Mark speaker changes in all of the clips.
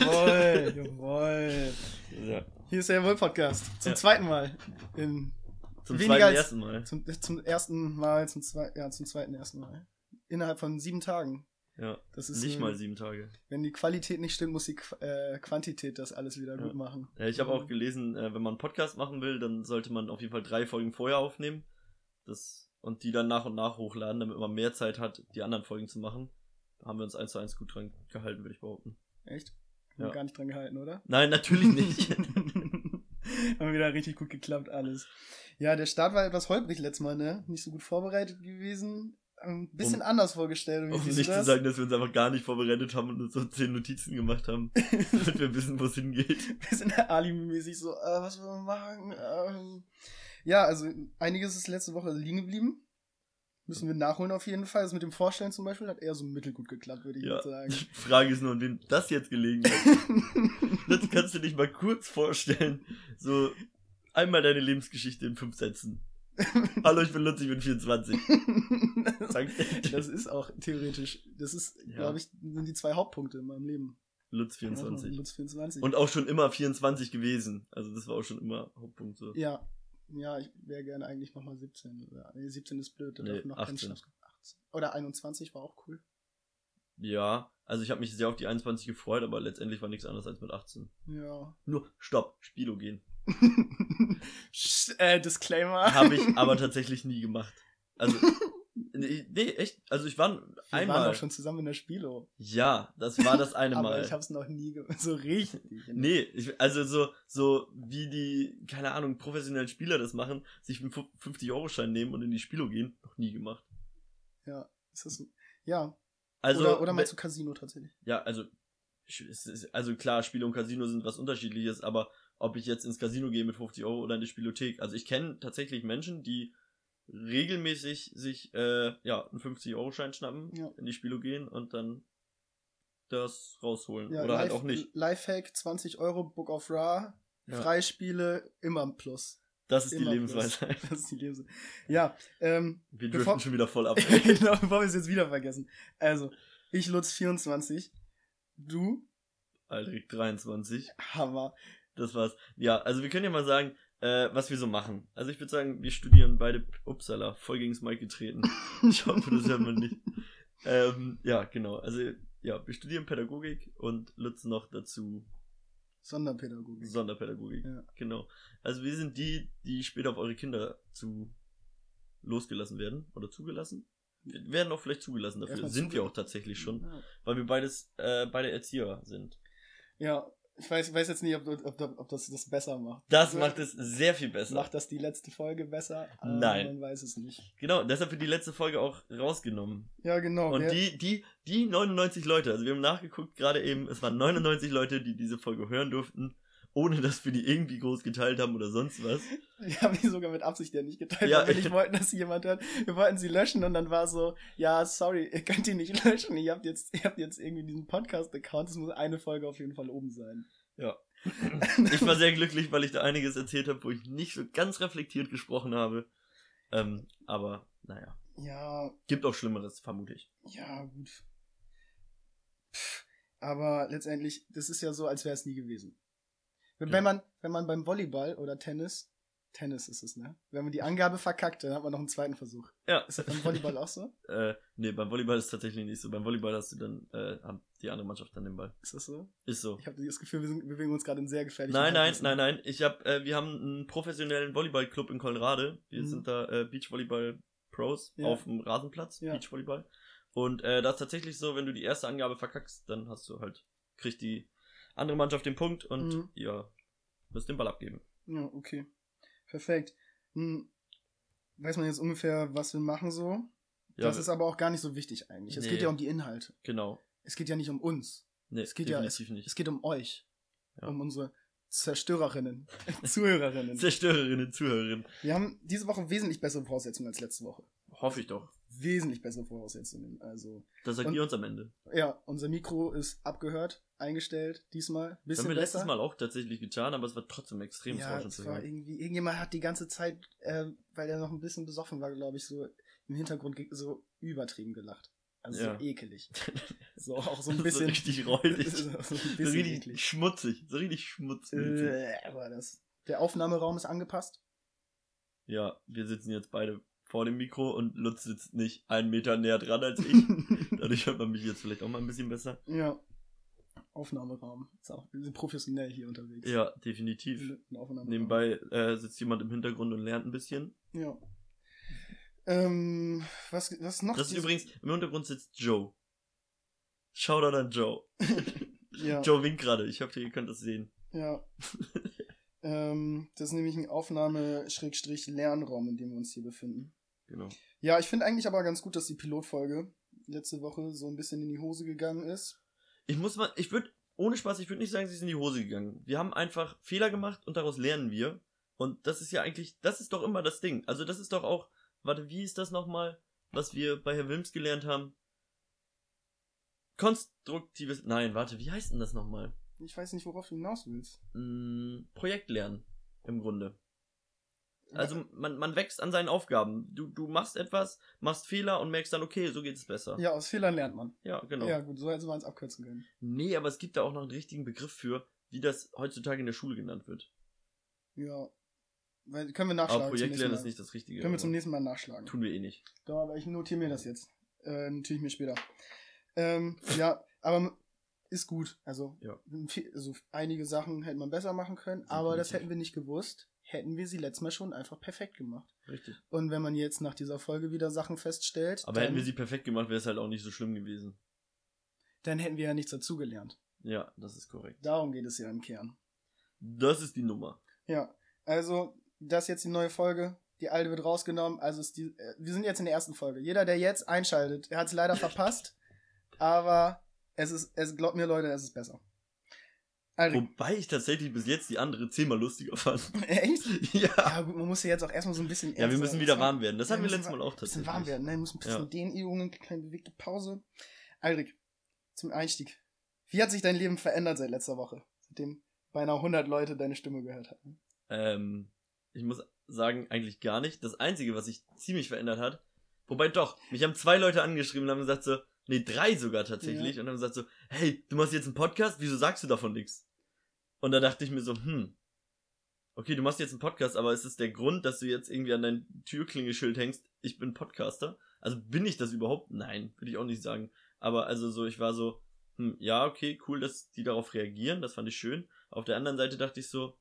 Speaker 1: Jawohl, jawohl.
Speaker 2: Ja,
Speaker 1: Hier ist der Jawohl-Podcast. Zum
Speaker 2: Ja.
Speaker 1: zweiten Mal. In,
Speaker 2: zum
Speaker 1: Weniger
Speaker 2: zweiten
Speaker 1: als-
Speaker 2: ersten Mal.
Speaker 1: zum, zum ersten Mal, zum, zwei, ja, zum zweiten ersten Mal. Innerhalb von sieben Tagen.
Speaker 2: Ja.
Speaker 1: Das ist
Speaker 2: Nicht
Speaker 1: ein-
Speaker 2: mal sieben Tage.
Speaker 1: Wenn die Qualität nicht stimmt, muss die Qu äh, Quantität das alles wieder
Speaker 2: Ja.
Speaker 1: gut machen.
Speaker 2: Ja, ich habe auch gelesen, äh, wenn man einen Podcast machen will, dann sollte man auf jeden Fall drei Folgen vorher aufnehmen. Das, und die dann nach und nach hochladen, damit man mehr Zeit hat, die anderen Folgen zu machen. Da haben wir uns eins zu eins gut dran gehalten, würde ich behaupten.
Speaker 1: Echt? Haben
Speaker 2: Ja.
Speaker 1: wir gar nicht dran gehalten, oder?
Speaker 2: Nein, natürlich nicht.
Speaker 1: Haben wieder richtig gut geklappt, alles. Ja, der Start war etwas holprig letztes Mal, ne? Nicht so gut vorbereitet gewesen. Ein bisschen
Speaker 2: Um-
Speaker 1: anders vorgestellt. Wie
Speaker 2: um
Speaker 1: siehst
Speaker 2: nicht
Speaker 1: du
Speaker 2: zu
Speaker 1: das?
Speaker 2: sagen, dass wir uns einfach gar nicht vorbereitet haben und uns so zehn Notizen gemacht haben, damit wir wissen, wo es hingeht.
Speaker 1: bisschen alibi-mäßig so, äh, was wollen wir machen? Ähm, ja, also einiges ist letzte Woche liegen geblieben. Müssen wir nachholen auf jeden Fall. Also mit dem Vorstellen zum Beispiel hat eher so mittelgut geklappt, würde ich
Speaker 2: Ja.
Speaker 1: jetzt sagen.
Speaker 2: Die Frage ist nur, an wem das jetzt gelegen hat. Das kannst du dich mal kurz vorstellen. So, einmal deine Lebensgeschichte in fünf Sätzen. Hallo, ich bin Lutz, ich bin 24. Zack.
Speaker 1: das ist auch theoretisch, das ist,
Speaker 2: Ja.
Speaker 1: glaube ich, sind die zwei Hauptpunkte in meinem Leben.
Speaker 2: Lutz
Speaker 1: Also
Speaker 2: 24.
Speaker 1: Lutz 24.
Speaker 2: Und auch schon immer 24 gewesen. Also das war auch schon immer Hauptpunkt so.
Speaker 1: ja. Ja, ich wäre gerne eigentlich nochmal 17. Oder, nee, 17 ist blöd, da
Speaker 2: Nee,
Speaker 1: darf noch
Speaker 2: 18.
Speaker 1: kein Schnaps. 18. Oder 21 war auch cool.
Speaker 2: Ja, also ich habe mich sehr auf die 21 gefreut, aber letztendlich war nichts anderes als mit 18.
Speaker 1: Ja.
Speaker 2: Nur, stopp, Spilo gehen.
Speaker 1: Sch- äh, Disclaimer.
Speaker 2: Habe ich aber tatsächlich nie gemacht. Also, nee, nee, echt, also ich war
Speaker 1: Wir
Speaker 2: einmal.
Speaker 1: waren auch schon zusammen in der Spielo.
Speaker 2: Ja, das war das eine
Speaker 1: Aber
Speaker 2: Mal.
Speaker 1: ich hab's noch nie ge- so richtig.
Speaker 2: Nee, ich, also so, so wie die, keine Ahnung, professionellen Spieler das machen, sich einen 50-Euro-Schein nehmen und in die Spielo gehen, noch nie gemacht.
Speaker 1: Ist das, ja,
Speaker 2: Also,
Speaker 1: oder, oder mal
Speaker 2: we-
Speaker 1: zu Casino tatsächlich.
Speaker 2: ja, also, ich- es ist- also klar, Spiele und Casino sind was unterschiedliches, aber ob ich jetzt ins Casino gehe mit 50 Euro oder in die Spielothek, also ich kenne tatsächlich Menschen, die regelmäßig sich, äh, ja, einen 50-Euro-Schein schnappen,
Speaker 1: Ja.
Speaker 2: in die Spielo gehen und dann das rausholen.
Speaker 1: Ja,
Speaker 2: oder halt
Speaker 1: Life-
Speaker 2: auch nicht.
Speaker 1: Lifehack, 20 Euro, Book of Ra,
Speaker 2: Ja.
Speaker 1: Freispiele, immer ein Plus.
Speaker 2: Das ist die
Speaker 1: Immer
Speaker 2: Lebensweise.
Speaker 1: Plus. Das ist die Lebensweise. Ja, ähm,
Speaker 2: Wir
Speaker 1: Bevor-
Speaker 2: driften schon wieder voll ab.
Speaker 1: genau, bevor wir es jetzt wieder vergessen. Also, ich Lutz 24, du,
Speaker 2: Aldrich 23.
Speaker 1: Hammer.
Speaker 2: Das war's. Ja, also wir können ja mal sagen, äh, was wir so machen. Also ich würde sagen, wir studieren beide. Upsala, voll gegens Mike getreten. Ich hoffe, das hört man nicht. Ähm, ja, genau. Also ja, wir studieren Pädagogik und Lutz noch dazu
Speaker 1: Sonderpädagogik.
Speaker 2: Sonderpädagogik.
Speaker 1: Ja.
Speaker 2: Genau. Also wir sind die, die später auf eure Kinder zu losgelassen werden oder zugelassen. Wir werden auch vielleicht zugelassen dafür.
Speaker 1: Erstmal
Speaker 2: sind wir
Speaker 1: zuge-
Speaker 2: auch tatsächlich schon,
Speaker 1: Ja.
Speaker 2: weil wir beides äh, beide Erzieher sind.
Speaker 1: Ja, ich weiß, ich weiß jetzt nicht, ob, du- ob, du- ob das das besser macht.
Speaker 2: Das macht es sehr viel besser.
Speaker 1: Macht das die letzte Folge besser? Äh,
Speaker 2: Nein.
Speaker 1: Man weiß es nicht.
Speaker 2: Genau, deshalb wird die letzte Folge auch rausgenommen.
Speaker 1: Ja, genau.
Speaker 2: Und
Speaker 1: wer-
Speaker 2: die, die, die 99 Leute, also wir haben nachgeguckt gerade eben, es waren 99 Leute, die diese Folge hören durften, ohne dass wir die irgendwie groß geteilt haben oder sonst was.
Speaker 1: Wir haben die sogar mit Absicht ja nicht geteilt,
Speaker 2: Ja.
Speaker 1: weil wir nicht wollten, dass sie jemand hört. Wir wollten sie löschen und dann war so, ja, sorry, ihr könnt die nicht löschen. Ihr habt jetzt, ihr habt jetzt irgendwie diesen Podcast-Account. Es muss eine Folge auf jeden Fall oben sein.
Speaker 2: Ich war sehr glücklich, weil ich da einiges erzählt habe, wo ich nicht so ganz reflektiert gesprochen habe. Ähm, aber naja,
Speaker 1: Ja,
Speaker 2: gibt auch Schlimmeres, vermute ich.
Speaker 1: ja, gut. Pff, aber letztendlich, das ist ja so, als wäre es nie gewesen. Wenn,
Speaker 2: Ja.
Speaker 1: wenn man, wenn man beim Volleyball oder Tennis, Tennis ist es, ne? Wenn man die Angabe verkackt, dann hat man noch einen zweiten Versuch.
Speaker 2: Ja,
Speaker 1: Ist das beim Volleyball auch so?
Speaker 2: äh, nee, beim Volleyball ist es tatsächlich nicht so. Beim Volleyball hast du dann, äh, hat die andere Mannschaft dann den Ball.
Speaker 1: Ist das so?
Speaker 2: Ist so.
Speaker 1: Ich habe das Gefühl, wir, sind, wir bewegen uns gerade in sehr gefährlichen
Speaker 2: Nein, nein,
Speaker 1: Halbwissen.
Speaker 2: nein, nein. Ich hab, äh, wir haben einen professionellen Volleyballclub in Colorado. Wir
Speaker 1: Mhm.
Speaker 2: sind da äh, Beachvolleyball-Pros
Speaker 1: Ja.
Speaker 2: auf dem Rasenplatz,
Speaker 1: Ja.
Speaker 2: Beachvolleyball. Und äh, das ist tatsächlich so, wenn du die erste Angabe verkackst, dann hast du halt, kriegt die andere Mannschaft den Punkt und
Speaker 1: Mhm.
Speaker 2: ihr müsst den Ball abgeben.
Speaker 1: Ja, okay. Perfekt. Hm, weiß man jetzt ungefähr, was wir machen so?
Speaker 2: Ja,
Speaker 1: das ist aber auch gar nicht so wichtig eigentlich. Es
Speaker 2: Nee.
Speaker 1: geht ja um die Inhalte.
Speaker 2: genau.
Speaker 1: Es geht ja nicht um uns.
Speaker 2: Nee,
Speaker 1: Es geht ja-
Speaker 2: definitiv
Speaker 1: Es
Speaker 2: nicht.
Speaker 1: geht um euch.
Speaker 2: Ja.
Speaker 1: Um unsere Zerstörerinnen. Zuhörerinnen.
Speaker 2: Zerstörerinnen, Zuhörerinnen.
Speaker 1: Wir haben diese Woche wesentlich bessere Voraussetzungen als letzte Woche.
Speaker 2: Hoffe ich doch.
Speaker 1: Wesentlich bessere Voraussetzungen. Also,
Speaker 2: Das sagt
Speaker 1: Und-
Speaker 2: ihr uns am Ende.
Speaker 1: ja, unser Mikro ist abgehört, eingestellt, diesmal.
Speaker 2: Das
Speaker 1: Bisschen
Speaker 2: haben wir
Speaker 1: besser.
Speaker 2: letztes Mal auch tatsächlich getan, aber es war trotzdem extrem
Speaker 1: ja,
Speaker 2: rauschend
Speaker 1: es
Speaker 2: zu
Speaker 1: war
Speaker 2: hören.
Speaker 1: irgendwie, irgendjemand hat die ganze Zeit, äh, weil er noch ein bisschen besoffen war, glaube ich, so im Hintergrund ge- so übertrieben gelacht. Also
Speaker 2: Ja.
Speaker 1: so ekelig. So auch so ein
Speaker 2: So
Speaker 1: bisschen.
Speaker 2: richtig räudig.
Speaker 1: so ein
Speaker 2: So
Speaker 1: bisschen
Speaker 2: richtig
Speaker 1: eklig.
Speaker 2: schmutzig. So richtig schmutzig.
Speaker 1: Äh, war das. Der Aufnahmeraum ist angepasst.
Speaker 2: Ja, wir sitzen jetzt beide vor dem Mikro und Lutz sitzt nicht einen Meter näher dran als ich. Dadurch hört man mich jetzt vielleicht auch mal ein bisschen besser.
Speaker 1: ja. Aufnahmeraum. Ist auch, wir sind professionell hier unterwegs.
Speaker 2: Ja, definitiv.
Speaker 1: Ein Aufnahmeraum.
Speaker 2: Nebenbei äh, sitzt jemand im Hintergrund und lernt ein bisschen.
Speaker 1: Ja. Ähm, was, was ist noch?
Speaker 2: Das ist
Speaker 1: dieses-
Speaker 2: übrigens, im Hintergrund sitzt Joe. Shoutout an Joe.
Speaker 1: Ja.
Speaker 2: Joe winkt gerade. Ich hoffe, ihr könnt das sehen.
Speaker 1: Ja. ähm, das ist nämlich ein Aufnahme-Lernraum, in dem wir uns hier befinden.
Speaker 2: Genau.
Speaker 1: Ja, ich finde eigentlich aber ganz gut, dass die Pilotfolge letzte Woche so ein bisschen in die Hose gegangen ist.
Speaker 2: Ich muss mal, ich würde, ohne Spaß, ich würde nicht sagen, sie ist in die Hose gegangen. Wir haben einfach Fehler gemacht und daraus lernen wir. Und das ist ja eigentlich, das ist doch immer das Ding. Also das ist doch auch, warte, wie ist das nochmal, was wir bei Herr Wilms gelernt haben? Konstruktives, nein, warte, wie heißt denn das nochmal?
Speaker 1: Ich weiß nicht, worauf du hinaus willst.
Speaker 2: Hm, Projekt lernen, im Grunde. Also man, man wächst an seinen Aufgaben. Du, du machst etwas, machst Fehler und merkst dann, okay, so geht es besser.
Speaker 1: Ja, aus Fehlern lernt man.
Speaker 2: ja genau.
Speaker 1: Ja, gut, so hätte man es abkürzen können.
Speaker 2: Nee, aber es gibt da auch noch einen richtigen Begriff für, wie das heutzutage in der Schule genannt wird.
Speaker 1: Ja. Weil, können wir nachschlagen.
Speaker 2: Aber
Speaker 1: zum nächsten
Speaker 2: Projektlernen ist
Speaker 1: Mal.
Speaker 2: nicht das Richtige.
Speaker 1: Können wir zum
Speaker 2: aber
Speaker 1: nächsten Mal nachschlagen.
Speaker 2: Tun wir eh nicht.
Speaker 1: Da, aber ich notiere mir das jetzt. Äh, natürlich mir später. Ähm, ja, aber ist gut. Also,
Speaker 2: Ja.
Speaker 1: viel- also einige Sachen hätte man besser machen können, aber das
Speaker 2: Definitiv.
Speaker 1: hätten wir nicht gewusst. Hätten wir sie letztes Mal schon einfach perfekt gemacht.
Speaker 2: Richtig.
Speaker 1: Und wenn man jetzt nach dieser Folge wieder Sachen feststellt,
Speaker 2: Aber
Speaker 1: dann,
Speaker 2: hätten wir sie perfekt gemacht, wäre es halt auch nicht so schlimm gewesen.
Speaker 1: dann hätten wir ja nichts dazugelernt.
Speaker 2: Ja, das ist korrekt.
Speaker 1: Darum geht es ja im Kern.
Speaker 2: Das ist die Nummer.
Speaker 1: Ja, also das ist jetzt die neue Folge. Die alte wird rausgenommen. Also ist die, äh, wir sind jetzt in der ersten Folge. Jeder, der jetzt einschaltet, er hat es leider verpasst. aber es ist, es glaubt mir, Leute, es ist besser. Also,
Speaker 2: Wobei ich tatsächlich bis jetzt die andere zehnmal lustiger fand.
Speaker 1: echt?
Speaker 2: ja.
Speaker 1: Ja, gut, man muss ja jetzt auch erstmal so ein bisschen.
Speaker 2: Ja, wir müssen wieder warm werden. Das
Speaker 1: Ja,
Speaker 2: hatten wir
Speaker 1: müssen
Speaker 2: letztes
Speaker 1: wir-
Speaker 2: Mal auch
Speaker 1: Ein bisschen
Speaker 2: tatsächlich.
Speaker 1: warm werden. Nein, wir müssen ein bisschen
Speaker 2: Ja.
Speaker 1: Dehnübungen, eine kleine bewegte Pause. Aldrich, zum Einstieg. Wie hat sich dein Leben verändert seit letzter Woche? Seitdem beinahe 100 Leute deine Stimme gehört haben.
Speaker 2: Ähm, ich muss sagen, eigentlich gar nicht. Das Einzige, was sich ziemlich verändert hat, wobei doch, mich haben zwei Leute angeschrieben und haben gesagt so, nee, drei sogar tatsächlich, und haben gesagt so, hey, du machst jetzt einen Podcast, wieso sagst du davon nichts? Und da dachte ich mir so, hm, okay, du machst jetzt einen Podcast, aber ist es der Grund, dass du jetzt irgendwie an dein Türklingelschild hängst, ich bin Podcaster? Also bin ich das überhaupt? Nein, würde ich auch nicht sagen. Aber also so, ich war so, hm, ja, okay, cool, dass die darauf reagieren, das fand ich schön. Auf der anderen Seite dachte ich so,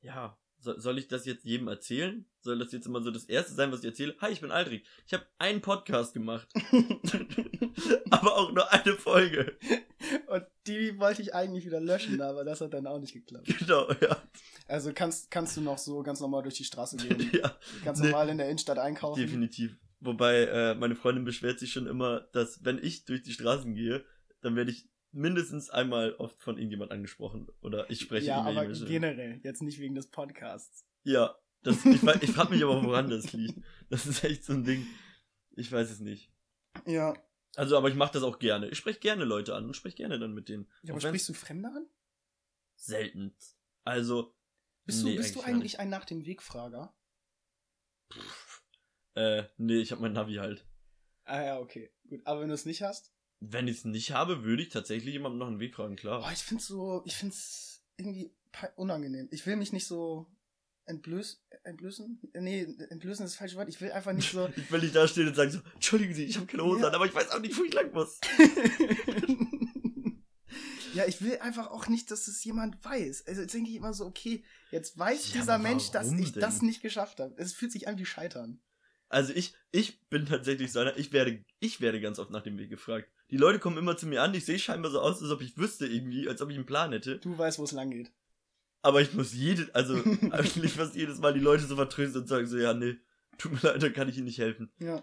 Speaker 2: ja, so, soll ich das jetzt jedem erzählen? Soll das jetzt immer so das Erste sein, was ich erzähle? Hi, ich bin Aldrich. Ich habe einen Podcast gemacht. aber auch nur eine Folge.
Speaker 1: Und die wollte ich eigentlich wieder löschen, aber das hat dann auch nicht geklappt.
Speaker 2: Genau, ja.
Speaker 1: Also kannst, kannst du noch so ganz normal durch die Straße gehen,
Speaker 2: ja
Speaker 1: ganz
Speaker 2: Nee.
Speaker 1: normal in der Innenstadt einkaufen.
Speaker 2: definitiv. Wobei, äh, meine Freundin beschwert sich schon immer, dass wenn ich durch die Straßen gehe, dann werde ich mindestens einmal oft von irgendjemand angesprochen. Oder ich spreche
Speaker 1: Ja,
Speaker 2: immer
Speaker 1: aber
Speaker 2: jemanden.
Speaker 1: generell, jetzt nicht wegen des Podcasts.
Speaker 2: Ja, das, ich, we- ich frage mich aber, woran das liegt. Das ist echt so ein Ding. Ich weiß es nicht.
Speaker 1: Ja,
Speaker 2: Also, aber ich mache das auch gerne. Ich spreche gerne Leute an und spreche gerne dann mit denen.
Speaker 1: ja
Speaker 2: Auch wenn's-
Speaker 1: aber sprichst du Fremde an?
Speaker 2: Selten. Also,
Speaker 1: Bist du,
Speaker 2: Nee,
Speaker 1: bist du
Speaker 2: eigentlich gar
Speaker 1: eigentlich ein nach dem Wegfrager?
Speaker 2: äh, nee, ich habe mein Navi halt.
Speaker 1: Ah ja, okay. Gut, aber wenn du es nicht hast?
Speaker 2: Wenn ich es nicht habe, würde ich tatsächlich jemandem noch einen Weg fragen,
Speaker 1: Boah,
Speaker 2: klar.
Speaker 1: ich find's so, ich find's irgendwie pe- unangenehm. Ich will mich nicht so entblöß, entblößen? Nee, entblößen ist das falsche Wort. Ich will einfach nicht so...
Speaker 2: Ich will nicht da stehen und sagen so, entschuldigen Sie, ich habe keine Hose
Speaker 1: Ja.
Speaker 2: an, aber ich weiß auch nicht, wo ich lang muss.
Speaker 1: ja, ich will einfach auch nicht, dass es jemand weiß. Also jetzt denke ich immer so, okay, jetzt weiß
Speaker 2: Ja,
Speaker 1: dieser
Speaker 2: aber
Speaker 1: Mensch, dass
Speaker 2: warum
Speaker 1: ich
Speaker 2: denn?
Speaker 1: das nicht geschafft habe. Es fühlt sich an wie Scheitern.
Speaker 2: Also ich, ich bin tatsächlich so einer, ich werde, ich werde ganz oft nach dem Weg gefragt. Die Leute kommen immer zu mir an, ich sehe scheinbar so aus, als ob ich wüsste irgendwie, als ob ich einen Plan hätte.
Speaker 1: Du weißt, wo es lang geht.
Speaker 2: Aber ich muss jede, also eigentlich fast jedes Mal die Leute so vertrösten und sagen so, ja, nee, tut mir leid, da kann ich Ihnen nicht helfen.
Speaker 1: Ja.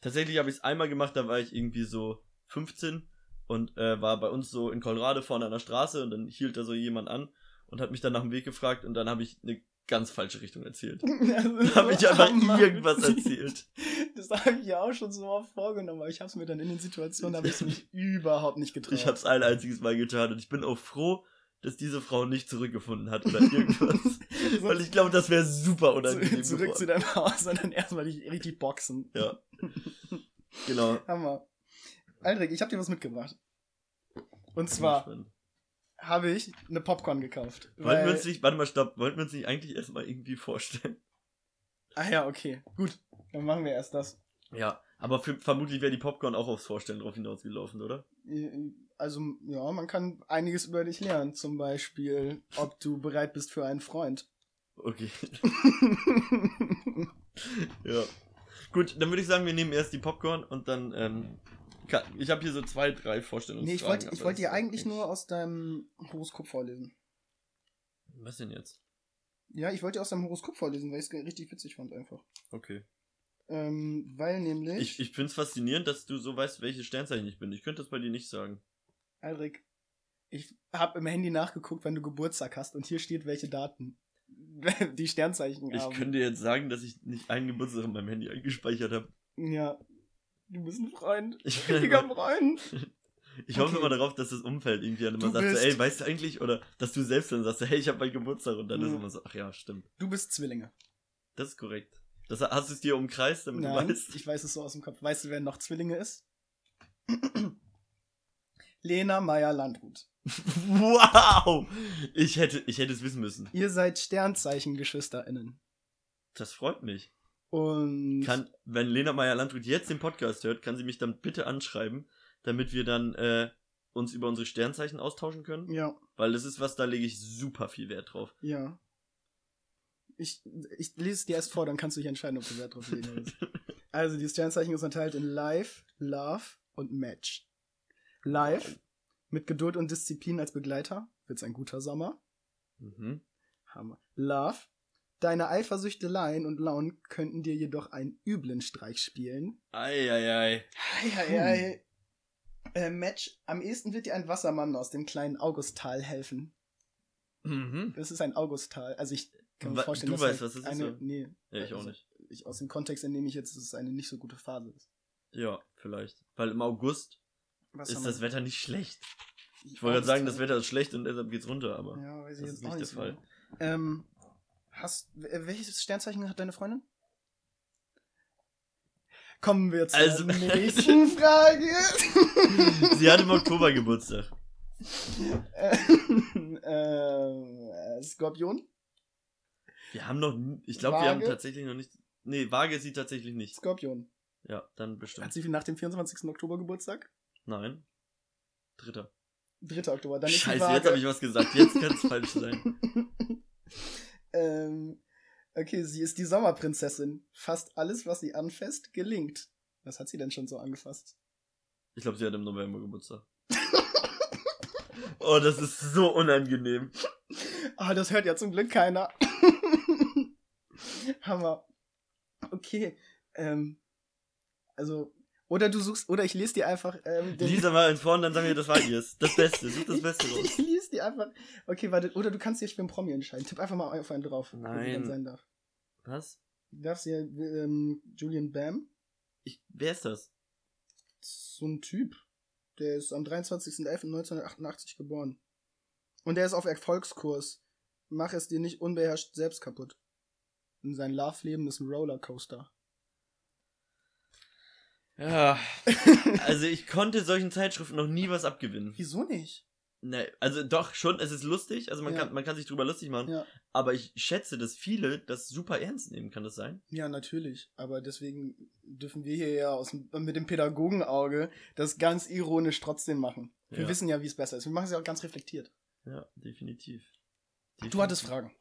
Speaker 2: Tatsächlich habe ich es einmal gemacht, da war ich irgendwie so 15 und äh, war bei uns so in Colorado vorne an der Straße und dann hielt da so jemand an und hat mich dann nach dem Weg gefragt und dann habe ich eine ganz falsche Richtung erzählt.
Speaker 1: Dann
Speaker 2: Dann habe
Speaker 1: Oh
Speaker 2: ich einfach irgendwas erzählt.
Speaker 1: Das habe ich ja auch schon so oft vorgenommen, aber ich habe es mir dann in den Situationen, habe ich es mich überhaupt nicht getraut.
Speaker 2: Ich habe es ein einziges Mal getan und ich bin auch froh, dass diese Frau nicht zurückgefunden hat oder irgendwas. Weil ich glaube, das wäre super
Speaker 1: Zu-
Speaker 2: unangenehm
Speaker 1: Zurück
Speaker 2: geworden.
Speaker 1: zu deinem Haus und dann erstmal dich richtig boxen.
Speaker 2: Ja. Genau.
Speaker 1: Hammer. Aldrich, ich habe dir was mitgebracht. Und
Speaker 2: Bin
Speaker 1: zwar
Speaker 2: gespannt.
Speaker 1: habe ich eine Popcorn gekauft.
Speaker 2: Wollten wir
Speaker 1: weil-
Speaker 2: uns nicht, warte mal, stopp, wollten wir uns nicht eigentlich erstmal irgendwie vorstellen?
Speaker 1: Ah ja, okay. Gut. Dann machen wir erst das.
Speaker 2: Ja, aber für, vermutlich wäre die Popcorn auch aufs Vorstellen drauf hinausgelaufen, oder?
Speaker 1: Also, ja, man kann einiges über dich lernen. Zum Beispiel, ob du bereit bist für einen Freund.
Speaker 2: Okay, ja. Gut, dann würde ich sagen, wir nehmen erst die Popcorn und dann, ähm, ka- ich habe hier so zwei, drei Vorstellungen.
Speaker 1: nee, ich wollte ich wollte dir eigentlich nur aus deinem Horoskop vorlesen.
Speaker 2: Was denn jetzt?
Speaker 1: Ja, ich wollte dir aus deinem Horoskop vorlesen, weil ich es richtig witzig fand einfach.
Speaker 2: Okay.
Speaker 1: Ähm, weil nämlich.
Speaker 2: Ich, ich find's faszinierend, dass du so weißt, welches Sternzeichen ich bin. Ich könnte das bei dir nicht sagen.
Speaker 1: Alrik, ich habe im Handy nachgeguckt, wenn du Geburtstag hast und hier steht, welche Daten die Sternzeichen
Speaker 2: Ich
Speaker 1: haben.
Speaker 2: könnte jetzt sagen, dass ich nicht einen Geburtstag in meinem Handy eingespeichert habe.
Speaker 1: ja, du bist ein Freund.
Speaker 2: Ich,
Speaker 1: Richtiger Freund.
Speaker 2: ich hoffe
Speaker 1: Okay.
Speaker 2: immer darauf, dass das Umfeld irgendwie dann immer
Speaker 1: Du
Speaker 2: sagt, so,
Speaker 1: bist-
Speaker 2: ey, weißt du eigentlich? Oder dass du selbst dann sagst, hey, ich habe meinen Geburtstag. Und dann ist
Speaker 1: Mhm.
Speaker 2: immer so, ach ja, stimmt.
Speaker 1: Du bist Zwillinge.
Speaker 2: Das ist korrekt. Das, hast du es dir umkreist, damit
Speaker 1: Nein,
Speaker 2: du weißt?
Speaker 1: ich weiß es so aus dem Kopf. Weißt du, wer noch Zwillinge ist? Lena Meyer Landrut.
Speaker 2: Wow! Ich hätte, ich hätte es wissen müssen.
Speaker 1: Ihr seid Sternzeichen-GeschwisterInnen.
Speaker 2: Das freut mich.
Speaker 1: Und
Speaker 2: Kann, wenn Lena Meyer Landrut jetzt den Podcast hört, kann sie mich dann bitte anschreiben, damit wir dann äh, uns über unsere Sternzeichen austauschen können.
Speaker 1: ja,
Speaker 2: Weil das ist was, da lege ich super viel Wert drauf.
Speaker 1: ja. Ich, ich lese es dir erst vor, dann kannst du dich entscheiden, ob du Wert drauf legen willst. Also, die Sternzeichen ist unterteilt in Life, Love und Match. Life, mit Geduld und Disziplin als Begleiter, wird's ein guter Sommer.
Speaker 2: mhm.
Speaker 1: Hammer. Love, deine Eifersüchteleien und Launen könnten dir jedoch einen üblen Streich spielen.
Speaker 2: Eieiei.
Speaker 1: Eieiei. Äh, Match, am ehesten wird dir ein Wassermann aus dem kleinen Augusttal helfen.
Speaker 2: Mhm.
Speaker 1: Das ist ein Augusttal. Also ich kann mir
Speaker 2: Wa-
Speaker 1: vorstellen,
Speaker 2: du
Speaker 1: dass
Speaker 2: weißt,
Speaker 1: halt
Speaker 2: was das ist,
Speaker 1: eine,
Speaker 2: oder?
Speaker 1: Nee,
Speaker 2: Ja, ich auch
Speaker 1: Also-
Speaker 2: nicht.
Speaker 1: ich, aus dem Kontext entnehme ich jetzt, dass es eine nicht so gute Phase ist.
Speaker 2: Ja, vielleicht. Weil im August
Speaker 1: Was
Speaker 2: ist
Speaker 1: haben
Speaker 2: das
Speaker 1: wir?
Speaker 2: Wetter nicht schlecht. Ich wollte gerade sagen, das Wetter ist schlecht und deshalb geht's runter, aber.
Speaker 1: Ja, weiß ich
Speaker 2: das
Speaker 1: jetzt
Speaker 2: ist
Speaker 1: auch
Speaker 2: nicht
Speaker 1: nicht
Speaker 2: der Fall.
Speaker 1: so. Ähm, hast, äh, welches Sternzeichen hat deine Freundin? Kommen wir zur
Speaker 2: Also-
Speaker 1: nächsten Frage.
Speaker 2: Sie hat im Oktober Geburtstag.
Speaker 1: Ähm, äh, Skorpion?
Speaker 2: Wir haben noch. n- Ich glaube, wir haben
Speaker 1: Waage?
Speaker 2: tatsächlich noch nicht. Nee, Waage ist sie tatsächlich nicht.
Speaker 1: Skorpion.
Speaker 2: Ja, dann
Speaker 1: Hat
Speaker 2: bestimmt.
Speaker 1: sie nach dem 24. Oktober Geburtstag?
Speaker 2: Nein. Dritter.
Speaker 1: 3. Oktober. Dann ist die
Speaker 2: Scheiße,
Speaker 1: Waage.
Speaker 2: jetzt habe ich was gesagt. Jetzt kann es falsch sein.
Speaker 1: ähm, okay, sie ist die Sommerprinzessin. Fast alles, was sie anfasst, gelingt. Was hat sie denn schon so angefasst?
Speaker 2: Ich glaube, sie hat im November Geburtstag. Oh, das ist so unangenehm.
Speaker 1: Ah, das hört ja zum Glück keiner. Hammer. Okay. Ähm, also, oder du suchst, oder ich lese dir einfach ähm, den-
Speaker 2: Lisa mal ins Vorn, dann sagen wir, das war ihrs. Das Beste, such das Beste raus.
Speaker 1: Ich lese die einfach. Okay, warte. Oder du kannst dich für einen Promi entscheiden. Tipp einfach mal auf einen drauf, wer die
Speaker 2: Nein.
Speaker 1: dann sein darf.
Speaker 2: Was?
Speaker 1: Du darfst ja ähm, Julian Bam,
Speaker 2: Ich, wer ist das?
Speaker 1: so ein Typ. Der ist am 23.11.1988 geboren. Und der ist auf Erfolgskurs. Mach es dir nicht unbeherrscht selbst kaputt. Und sein Love-Leben ist ein Rollercoaster.
Speaker 2: Ja. Also ich konnte solchen Zeitschriften noch nie was abgewinnen.
Speaker 1: Wieso nicht?
Speaker 2: Nee, also doch schon, es ist lustig, also man,
Speaker 1: Ja.
Speaker 2: kann, man kann sich drüber lustig machen,
Speaker 1: Ja.
Speaker 2: aber ich schätze, dass viele das super ernst nehmen, kann das sein?
Speaker 1: Ja, natürlich. Aber deswegen dürfen wir hier ja aus, dem- mit dem Pädagogenauge das ganz ironisch trotzdem machen. Wir
Speaker 2: Ja.
Speaker 1: wissen ja, wie es besser ist. Wir machen es ja auch ganz reflektiert.
Speaker 2: Ja, definitiv.
Speaker 1: Du hattest Fragen.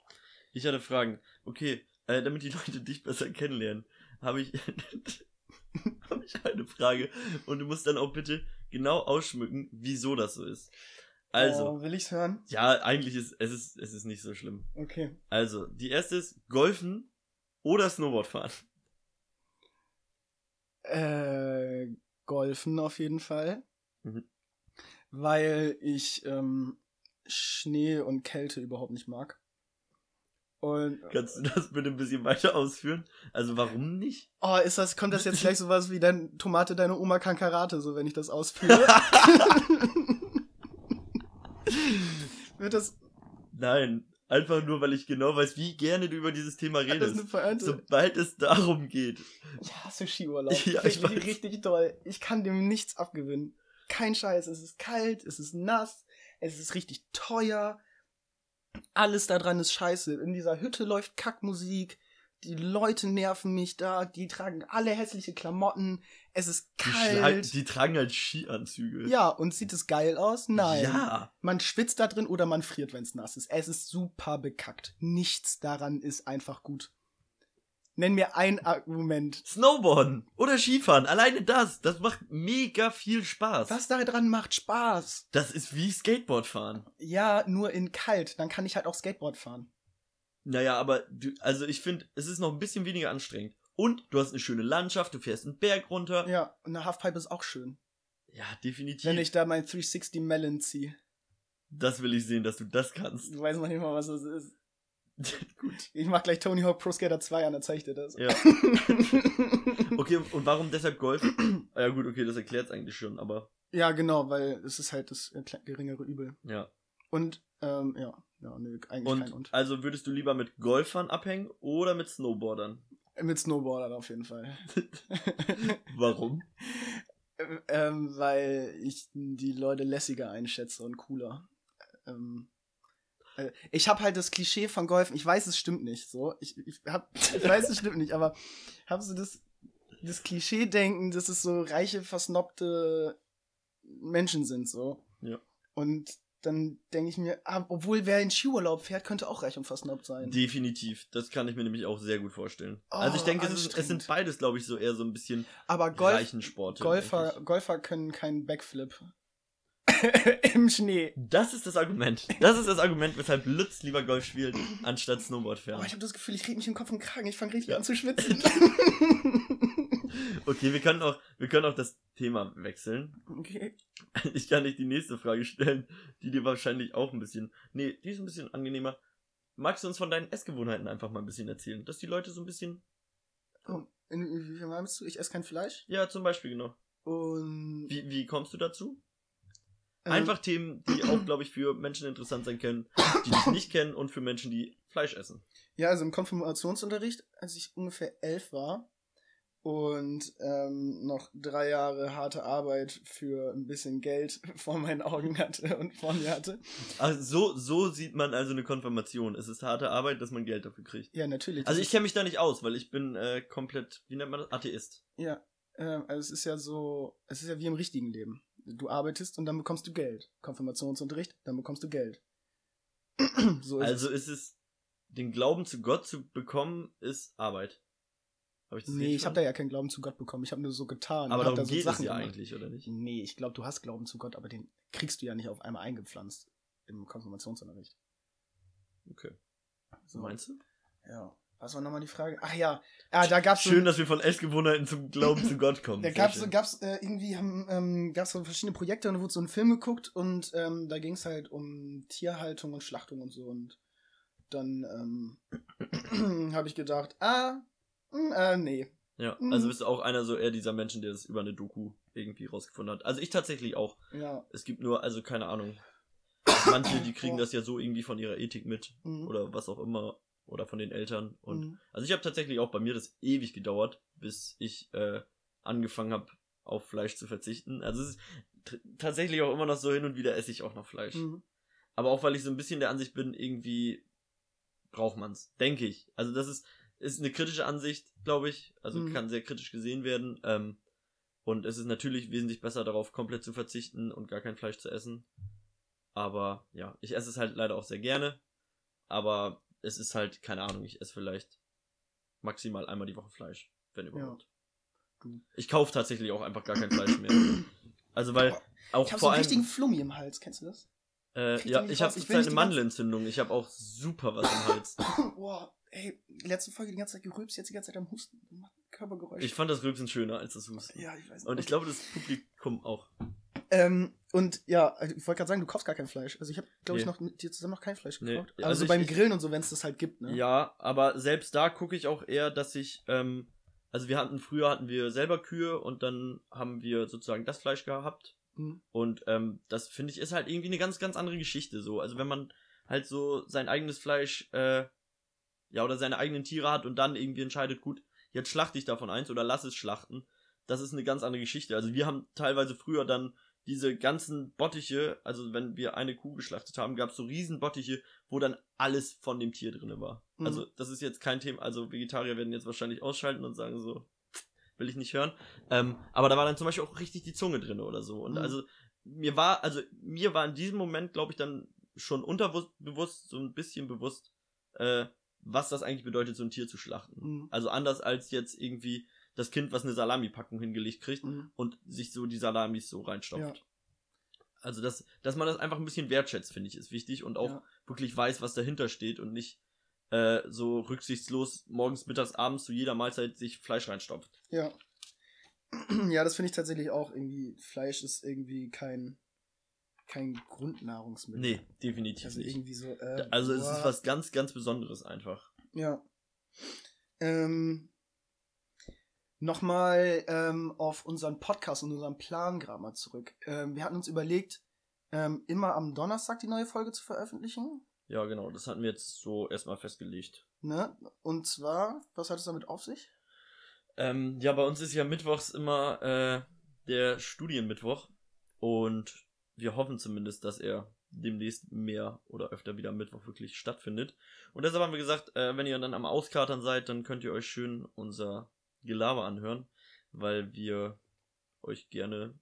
Speaker 2: Ich hatte Fragen. Okay, äh, damit die Leute dich besser kennenlernen, habe ich, hab ich eine Frage. Und du musst dann auch bitte genau ausschmücken, wieso das so ist. Also,
Speaker 1: Oh, will ich's hören?
Speaker 2: ja, eigentlich ist es, ist, es ist nicht so schlimm.
Speaker 1: Okay.
Speaker 2: Also, die erste ist Golfen oder Snowboard fahren.
Speaker 1: Äh, Golfen auf jeden Fall.
Speaker 2: Mhm.
Speaker 1: Weil ich ähm, Schnee und Kälte überhaupt nicht mag. Und
Speaker 2: Kannst du das bitte ein bisschen weiter ausführen? Also, warum nicht?
Speaker 1: oh, ist das, kommt das jetzt gleich sowas wie dein Tomate, deine Oma kann Karate, so wenn ich das ausführe? Wird das.
Speaker 2: Nein, Einfach nur, weil ich genau weiß, wie gerne du über dieses Thema
Speaker 1: Das ist
Speaker 2: redest.
Speaker 1: eine Pointe.
Speaker 2: Sobald es darum geht.
Speaker 1: Ich hasse Skiurlaub.
Speaker 2: Ja, ich
Speaker 1: ich
Speaker 2: weiß.
Speaker 1: richtig toll. Ich kann dem nichts abgewinnen. Kein Scheiß. Es ist kalt, es ist nass, es ist richtig teuer. Alles da dran ist scheiße. In dieser Hütte läuft Kackmusik. Die Leute nerven mich da. Die tragen alle hässliche Klamotten. Es ist
Speaker 2: Die, schlei-
Speaker 1: kalt.
Speaker 2: die tragen halt Skianzüge.
Speaker 1: Ja, und sieht es geil aus? Nein.
Speaker 2: Ja.
Speaker 1: Man schwitzt da drin oder man friert, wenn es nass ist. Es ist super bekackt. Nichts daran ist einfach gut. Nenn mir ein Argument.
Speaker 2: Snowboarden oder Skifahren. Alleine das. Das macht mega viel Spaß.
Speaker 1: Was daran macht Spaß?
Speaker 2: Das ist wie Skateboardfahren.
Speaker 1: Ja, nur in kalt. Dann kann ich halt auch Skateboard fahren.
Speaker 2: Naja, aber du, also ich finde, es ist noch ein bisschen weniger anstrengend. Und du hast eine schöne Landschaft, du fährst einen Berg runter. Ja,
Speaker 1: Ja, und eine Halfpipe ist auch schön.
Speaker 2: definitiv.
Speaker 1: Wenn ich da mein 360 Melon ziehe.
Speaker 2: das will ich sehen, dass du das kannst.
Speaker 1: Du weißt noch nicht mal, was das ist.
Speaker 2: Gut.
Speaker 1: Ich mach gleich Tony Hawk Pro Skater 2 an, dann zeig ich dir das.
Speaker 2: Ja. Okay, und warum deshalb Golf? Ah, ja, gut, okay, das erklärt es eigentlich schon, aber
Speaker 1: ja, genau, weil es ist halt das äh, kle- geringere Übel.
Speaker 2: ja.
Speaker 1: Und, ähm, ja. Ja, nö, eigentlich
Speaker 2: Und,
Speaker 1: kein Und.
Speaker 2: also würdest du lieber mit Golfern abhängen oder mit Snowboardern?
Speaker 1: Mit Snowboardern auf jeden Fall.
Speaker 2: Warum?
Speaker 1: ähm, weil ich die Leute lässiger einschätze und cooler. Ähm, äh, ich habe halt das Klischee von Golfen, ich weiß, es stimmt nicht so. Ich, ich, hab, ich weiß, es stimmt nicht, aber habe so das, das Klischee-Denken, dass es so reiche, versnobte Menschen sind so.
Speaker 2: Ja.
Speaker 1: Und dann denke ich mir, ah, obwohl wer in Skiurlaub fährt, könnte auch reich und versnobbt sein.
Speaker 2: Definitiv. Das kann ich mir nämlich auch sehr gut vorstellen.
Speaker 1: Oh,
Speaker 2: also ich denke, es, ist, es sind
Speaker 1: anstrengend.
Speaker 2: beides, glaube ich, so eher so ein bisschen
Speaker 1: aber Golf,
Speaker 2: reichen Sporte.
Speaker 1: Golfer,
Speaker 2: eigentlich.
Speaker 1: Golfer können keinen Backflip. Im Schnee.
Speaker 2: Das ist das Argument. Das ist das Argument, weshalb Lutz lieber Golf spielt, anstatt Snowboard
Speaker 1: Oh,
Speaker 2: fahren.
Speaker 1: ich habe das Gefühl, ich rede mich im Kopf und Kragen. Ich fange richtig
Speaker 2: Ja.
Speaker 1: an zu schwitzen.
Speaker 2: Okay, wir können auch, wir können auch das Thema wechseln.
Speaker 1: okay.
Speaker 2: Ich kann nicht die nächste Frage stellen, die dir wahrscheinlich auch ein bisschen, nee, die ist ein bisschen angenehmer. Magst du uns von deinen Essgewohnheiten einfach mal ein bisschen erzählen? Dass die Leute so ein bisschen,
Speaker 1: Oh, in, wie meinst du? Ich esse kein Fleisch.
Speaker 2: ja, zum Beispiel, genau.
Speaker 1: Und
Speaker 2: Wie, wie kommst du dazu?
Speaker 1: ähm,
Speaker 2: Einfach Themen, die auch, glaube ich, für Menschen interessant sein können, die dich nicht kennen und für Menschen, die Fleisch essen.
Speaker 1: Ja, also im Konfirmationsunterricht, als ich ungefähr elf war und ähm, noch drei Jahre harte Arbeit für ein bisschen Geld vor meinen Augen hatte und vor mir hatte.
Speaker 2: Also so, so sieht man also eine Konfirmation. Es ist harte Arbeit, dass man Geld dafür kriegt.
Speaker 1: Ja, natürlich.
Speaker 2: Also ich kenne mich da nicht aus, weil ich bin äh, komplett, wie nennt man das, Atheist.
Speaker 1: Ja, ähm, also es ist ja so, es ist ja wie im richtigen Leben. Du arbeitest und dann bekommst du Geld. Konfirmationsunterricht, dann bekommst du Geld. so ist
Speaker 2: Also ist es, den Glauben zu Gott zu bekommen, ist Arbeit. Hab ich
Speaker 1: es. Nee, ich habe da
Speaker 2: verstanden?
Speaker 1: ja keinen Glauben zu Gott bekommen. Ich habe nur so getan.
Speaker 2: Aber
Speaker 1: hab
Speaker 2: darum
Speaker 1: da so
Speaker 2: geht es ja
Speaker 1: gemacht.
Speaker 2: eigentlich, oder nicht?
Speaker 1: Nee, ich glaube, du hast Glauben zu Gott, aber den kriegst du ja nicht auf einmal eingepflanzt im Konfirmationsunterricht.
Speaker 2: Okay.
Speaker 1: So.
Speaker 2: Meinst du?
Speaker 1: Ja. Was war nochmal die Frage? Ach ja, ah, da gab's so
Speaker 2: Schön, dass wir von Essgewohnheiten zum Glauben zu Gott kommen.
Speaker 1: Da
Speaker 2: Sehr
Speaker 1: gab's,
Speaker 2: schön.
Speaker 1: gab's äh, irgendwie haben, ähm, gab's so verschiedene Projekte und da wurde so ein Film geguckt und ähm, da ging's halt um Tierhaltung und Schlachtung und so und dann ähm, habe ich gedacht, ah, mh, äh, nee.
Speaker 2: ja,
Speaker 1: Mhm.
Speaker 2: also bist du auch einer so eher dieser Menschen, der das über eine Doku irgendwie rausgefunden hat. Also ich tatsächlich auch.
Speaker 1: Ja.
Speaker 2: Es gibt nur, also keine Ahnung. Manche, die kriegen das ja so irgendwie von ihrer Ethik mit
Speaker 1: Mhm.
Speaker 2: oder was auch immer oder von den Eltern und
Speaker 1: Mhm.
Speaker 2: Also ich habe tatsächlich auch bei mir das ewig gedauert, bis ich äh, angefangen habe, auf Fleisch zu verzichten. Also es ist tr- tatsächlich auch immer noch so hin und wieder esse ich auch noch Fleisch.
Speaker 1: Mhm.
Speaker 2: Aber auch weil ich so ein bisschen der Ansicht bin, irgendwie braucht man's, denke ich. Also das ist ist eine kritische Ansicht, glaube ich. Also
Speaker 1: Mhm.
Speaker 2: kann sehr kritisch gesehen werden. Ähm, und es ist natürlich wesentlich besser darauf, komplett zu verzichten und gar kein Fleisch zu essen. Aber ja, ich esse es halt leider auch sehr gerne. Aber es ist halt, keine Ahnung, ich esse vielleicht maximal einmal die Woche Fleisch, wenn überhaupt.
Speaker 1: Du.
Speaker 2: Ich kaufe tatsächlich auch einfach gar kein Fleisch mehr. Also weil auch
Speaker 1: Ich habe so
Speaker 2: vor
Speaker 1: einen
Speaker 2: allem
Speaker 1: richtigen Flummi im Hals, kennst du das?
Speaker 2: äh,
Speaker 1: Kriegt
Speaker 2: ja,
Speaker 1: ihr nicht
Speaker 2: ich habe
Speaker 1: raus?
Speaker 2: zurzeit
Speaker 1: Ich will nicht
Speaker 2: eine
Speaker 1: die ganze-
Speaker 2: Mandelentzündung. Ich habe auch super was im Hals.
Speaker 1: Boah, ey, letzte Folge die ganze Zeit gerülpst, jetzt die ganze Zeit am Husten, macht Körpergeräusche.
Speaker 2: Ich fand das Rülpsen schöner als das Husten.
Speaker 1: ja, ich weiß
Speaker 2: Und ich glaube, das Publikum auch.
Speaker 1: Ähm, und ja, also ich wollte gerade sagen, du kaufst gar kein Fleisch. Also ich habe, glaube ich,
Speaker 2: Nee.
Speaker 1: noch mit dir zusammen noch kein Fleisch
Speaker 2: Nee.
Speaker 1: gekauft.
Speaker 2: Ja,
Speaker 1: Aber
Speaker 2: also
Speaker 1: so
Speaker 2: ich-
Speaker 1: beim
Speaker 2: ich-
Speaker 1: Grillen und so, wenn es das halt gibt, ne?
Speaker 2: Ja, aber selbst da gucke ich auch eher, dass ich, ähm, also wir hatten, früher hatten wir selber Kühe und dann haben wir sozusagen das Fleisch gehabt.
Speaker 1: Mhm.
Speaker 2: Und ähm, das finde ich ist halt irgendwie eine ganz, ganz andere Geschichte so. Also wenn man halt so sein eigenes Fleisch, äh, ja, oder seine eigenen Tiere hat und dann irgendwie entscheidet, gut, jetzt schlachte ich davon eins oder lass es schlachten. Das ist eine ganz andere Geschichte. Also wir haben teilweise früher dann diese ganzen Bottiche, also wenn wir eine Kuh geschlachtet haben, gab es so riesen Bottiche, wo dann alles von dem Tier drinne war.
Speaker 1: Mhm.
Speaker 2: Also das ist jetzt kein Thema, also Vegetarier werden jetzt wahrscheinlich ausschalten und sagen so, will ich nicht hören. Ähm, aber da war dann zum Beispiel auch richtig die Zunge drinne oder so. Und
Speaker 1: Mhm.
Speaker 2: also mir war, also mir war in diesem Moment, glaube ich, dann schon unterbewusst, so ein bisschen bewusst, äh, was das eigentlich bedeutet, so ein Tier zu schlachten.
Speaker 1: Mhm.
Speaker 2: Also anders als jetzt irgendwie das Kind, was eine Salami-Packung hingelegt kriegt
Speaker 1: Mhm.
Speaker 2: und sich so die Salamis so reinstopft. Also, dass, dass man das einfach ein bisschen wertschätzt, finde ich, ist wichtig und auch
Speaker 1: Ja.
Speaker 2: wirklich weiß, was dahinter steht und nicht äh, so rücksichtslos morgens, mittags, abends zu jeder Mahlzeit sich Fleisch reinstopft.
Speaker 1: Ja. Ja, das finde ich tatsächlich auch irgendwie. Fleisch ist irgendwie kein, kein Grundnahrungsmittel.
Speaker 2: Nee, definitiv
Speaker 1: Also
Speaker 2: nicht.
Speaker 1: irgendwie so. Äh,
Speaker 2: Also, es ist
Speaker 1: boah.
Speaker 2: was ganz, ganz Besonderes einfach.
Speaker 1: Ja. Ähm, Nochmal ähm, auf unseren Podcast und unseren Plan gerade mal zurück. Ähm, wir hatten uns überlegt, ähm, immer am Donnerstag die neue Folge zu veröffentlichen.
Speaker 2: Ja, genau, das hatten wir jetzt so erstmal festgelegt.
Speaker 1: Ne? Und zwar, was hat es damit auf sich?
Speaker 2: Ähm, ja, bei uns ist ja mittwochs immer äh, der Studienmittwoch und wir hoffen zumindest, dass er demnächst mehr oder öfter wieder am Mittwoch wirklich stattfindet. Und deshalb haben wir gesagt, äh, wenn ihr dann am Auskatern seid, dann könnt ihr euch schön unser Gelaber anhören, weil wir euch gerne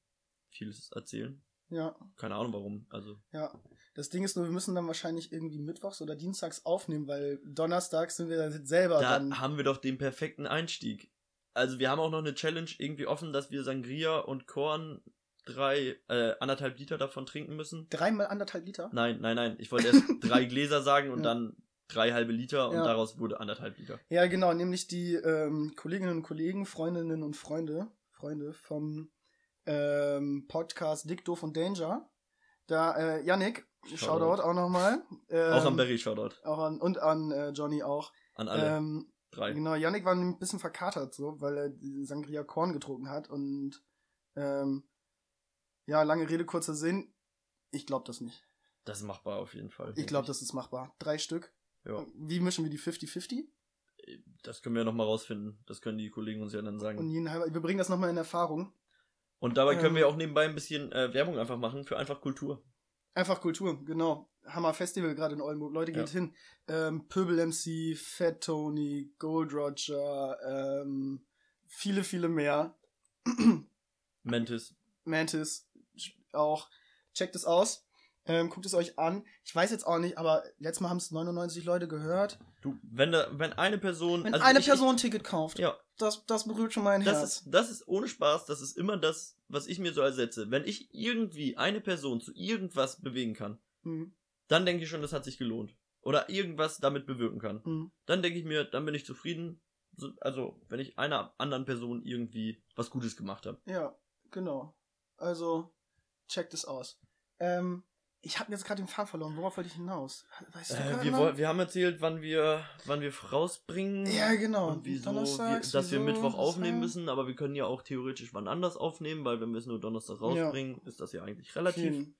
Speaker 2: vieles erzählen.
Speaker 1: Ja,
Speaker 2: Keine Ahnung warum, also
Speaker 1: ja. Das Ding ist nur, wir müssen dann wahrscheinlich irgendwie mittwochs oder dienstags aufnehmen, weil donnerstags sind wir dann selber
Speaker 2: da
Speaker 1: dann.
Speaker 2: haben wir doch den perfekten Einstieg. Also wir haben auch noch eine Challenge irgendwie offen, dass wir Sangria und Korn drei, äh, anderthalb Liter davon trinken müssen.
Speaker 1: Dreimal anderthalb Liter?
Speaker 2: Nein, nein, nein. Ich wollte erst drei Gläser sagen und
Speaker 1: Ja.
Speaker 2: dann drei halbe Liter und
Speaker 1: Ja.
Speaker 2: daraus wurde anderthalb Liter.
Speaker 1: Ja, genau, nämlich die ähm, Kolleginnen und Kollegen, Freundinnen und Freunde, Freunde vom ähm, Podcast Dick, Doof und Danger. Da, äh, Yannick,
Speaker 2: Shoutout.
Speaker 1: Shoutout, auch nochmal. Ähm,
Speaker 2: auch am Berry Shoutout.
Speaker 1: Auch an, und an äh, Johnny auch.
Speaker 2: An alle
Speaker 1: Ähm,
Speaker 2: drei.
Speaker 1: genau, Yannick war ein bisschen verkatert, so, weil er die Sangria Korn getrunken hat und ähm, ja, lange Rede, kurzer Sinn. Ich glaube das nicht.
Speaker 2: Das ist machbar auf jeden Fall.
Speaker 1: Ich glaube, das ist machbar. Drei Stück.
Speaker 2: Ja.
Speaker 1: Wie mischen wir die 50-50?
Speaker 2: Das können wir nochmal rausfinden. Das können die Kollegen uns ja dann
Speaker 1: Und
Speaker 2: sagen.
Speaker 1: jeden halber, wir bringen das nochmal in Erfahrung.
Speaker 2: Und dabei können
Speaker 1: Ähm.
Speaker 2: wir auch nebenbei ein bisschen äh, Werbung einfach machen für einfach Kultur.
Speaker 1: Einfach Kultur, genau. Hammer Festival gerade in Oldenburg. Leute, geht hin. Ähm, Pöbel MC, Fat Tony, Gold Roger, ähm, viele, viele mehr.
Speaker 2: Mentis.
Speaker 1: Mantis auch. Checkt es aus. Ähm, guckt es euch an. Ich weiß jetzt auch nicht, aber letztes Mal haben es 99 Leute gehört.
Speaker 2: Du, wenn da, wenn eine Person.
Speaker 1: Wenn
Speaker 2: also
Speaker 1: eine
Speaker 2: ich- ich-
Speaker 1: Person ein Ticket kauft,
Speaker 2: Ja,
Speaker 1: das, das berührt schon mein
Speaker 2: Das
Speaker 1: Herz.
Speaker 2: ist, das ist ohne Spaß, das ist immer das, was ich mir so ersetze. Wenn ich irgendwie eine Person zu irgendwas bewegen kann,
Speaker 1: Mhm.
Speaker 2: dann denke ich schon, das hat sich gelohnt. Oder irgendwas damit bewirken kann.
Speaker 1: Mhm.
Speaker 2: Dann denke ich mir, dann bin ich zufrieden. So- Also, wenn ich einer anderen Person irgendwie was Gutes gemacht habe.
Speaker 1: Ja, genau. Also, checkt es aus. Ähm, ich habe jetzt gerade den Faden verloren. Worauf wollte ich hinaus? Weißt du
Speaker 2: Äh,
Speaker 1: gerade
Speaker 2: wir,
Speaker 1: noch?
Speaker 2: woll- wir haben erzählt, wann wir, wann wir rausbringen.
Speaker 1: Ja, genau.
Speaker 2: Und wieso, wir,
Speaker 1: Donnerstags,
Speaker 2: dass wir
Speaker 1: wieso,
Speaker 2: Mittwoch aufnehmen
Speaker 1: weshalb?
Speaker 2: müssen, aber wir können ja auch theoretisch wann anders aufnehmen, weil wenn wir es nur Donnerstag rausbringen, ist das ja eigentlich relativ.
Speaker 1: Vielen.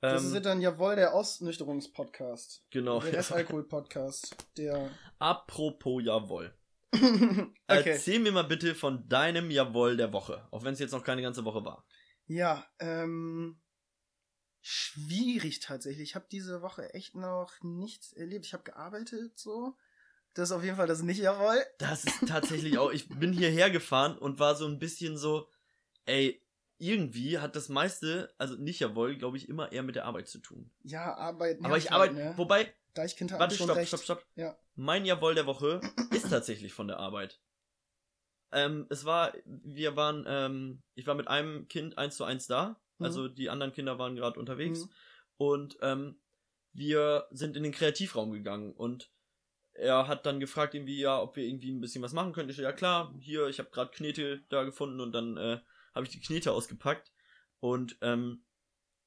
Speaker 1: Das
Speaker 2: Ähm,
Speaker 1: ist dann jawohl der Ausnüchterungspodcast.
Speaker 2: genau.
Speaker 1: der Restalkohol-Podcast. Der.
Speaker 2: Apropos Jawohl.
Speaker 1: okay.
Speaker 2: Erzähl mir mal bitte von deinem Jawohl der Woche, auch wenn es jetzt noch keine ganze Woche war.
Speaker 1: Ja, ähm. Schwierig tatsächlich. Ich habe diese Woche echt noch nichts erlebt. Ich habe gearbeitet so. Das ist auf jeden Fall das nicht jawohl.
Speaker 2: Das ist tatsächlich auch, ich bin hierher gefahren und war so ein bisschen so, ey, irgendwie hat das meiste, also nicht Jawohl, glaube ich, immer eher mit der Arbeit zu tun.
Speaker 1: Ja, arbeiten. halt,
Speaker 2: Aber ich arbeite,
Speaker 1: ne?
Speaker 2: wobei,
Speaker 1: Deichkind hat
Speaker 2: warte,
Speaker 1: schon
Speaker 2: stopp,
Speaker 1: recht.
Speaker 2: stopp, stopp.
Speaker 1: Ja.
Speaker 2: Mein Jawohl der Woche ist tatsächlich von der Arbeit. Ähm, es war, wir waren, ähm, ich war mit einem Kind eins zu eins da,
Speaker 1: Mhm.
Speaker 2: also die anderen Kinder waren gerade unterwegs.
Speaker 1: Mhm.
Speaker 2: Und ähm, wir sind in den Kreativraum gegangen und er hat dann gefragt, irgendwie, ja, ob wir irgendwie ein bisschen was machen können. Ich so, ja klar, hier, ich habe gerade Knete da gefunden und dann äh, habe ich die Knete ausgepackt. Und ähm,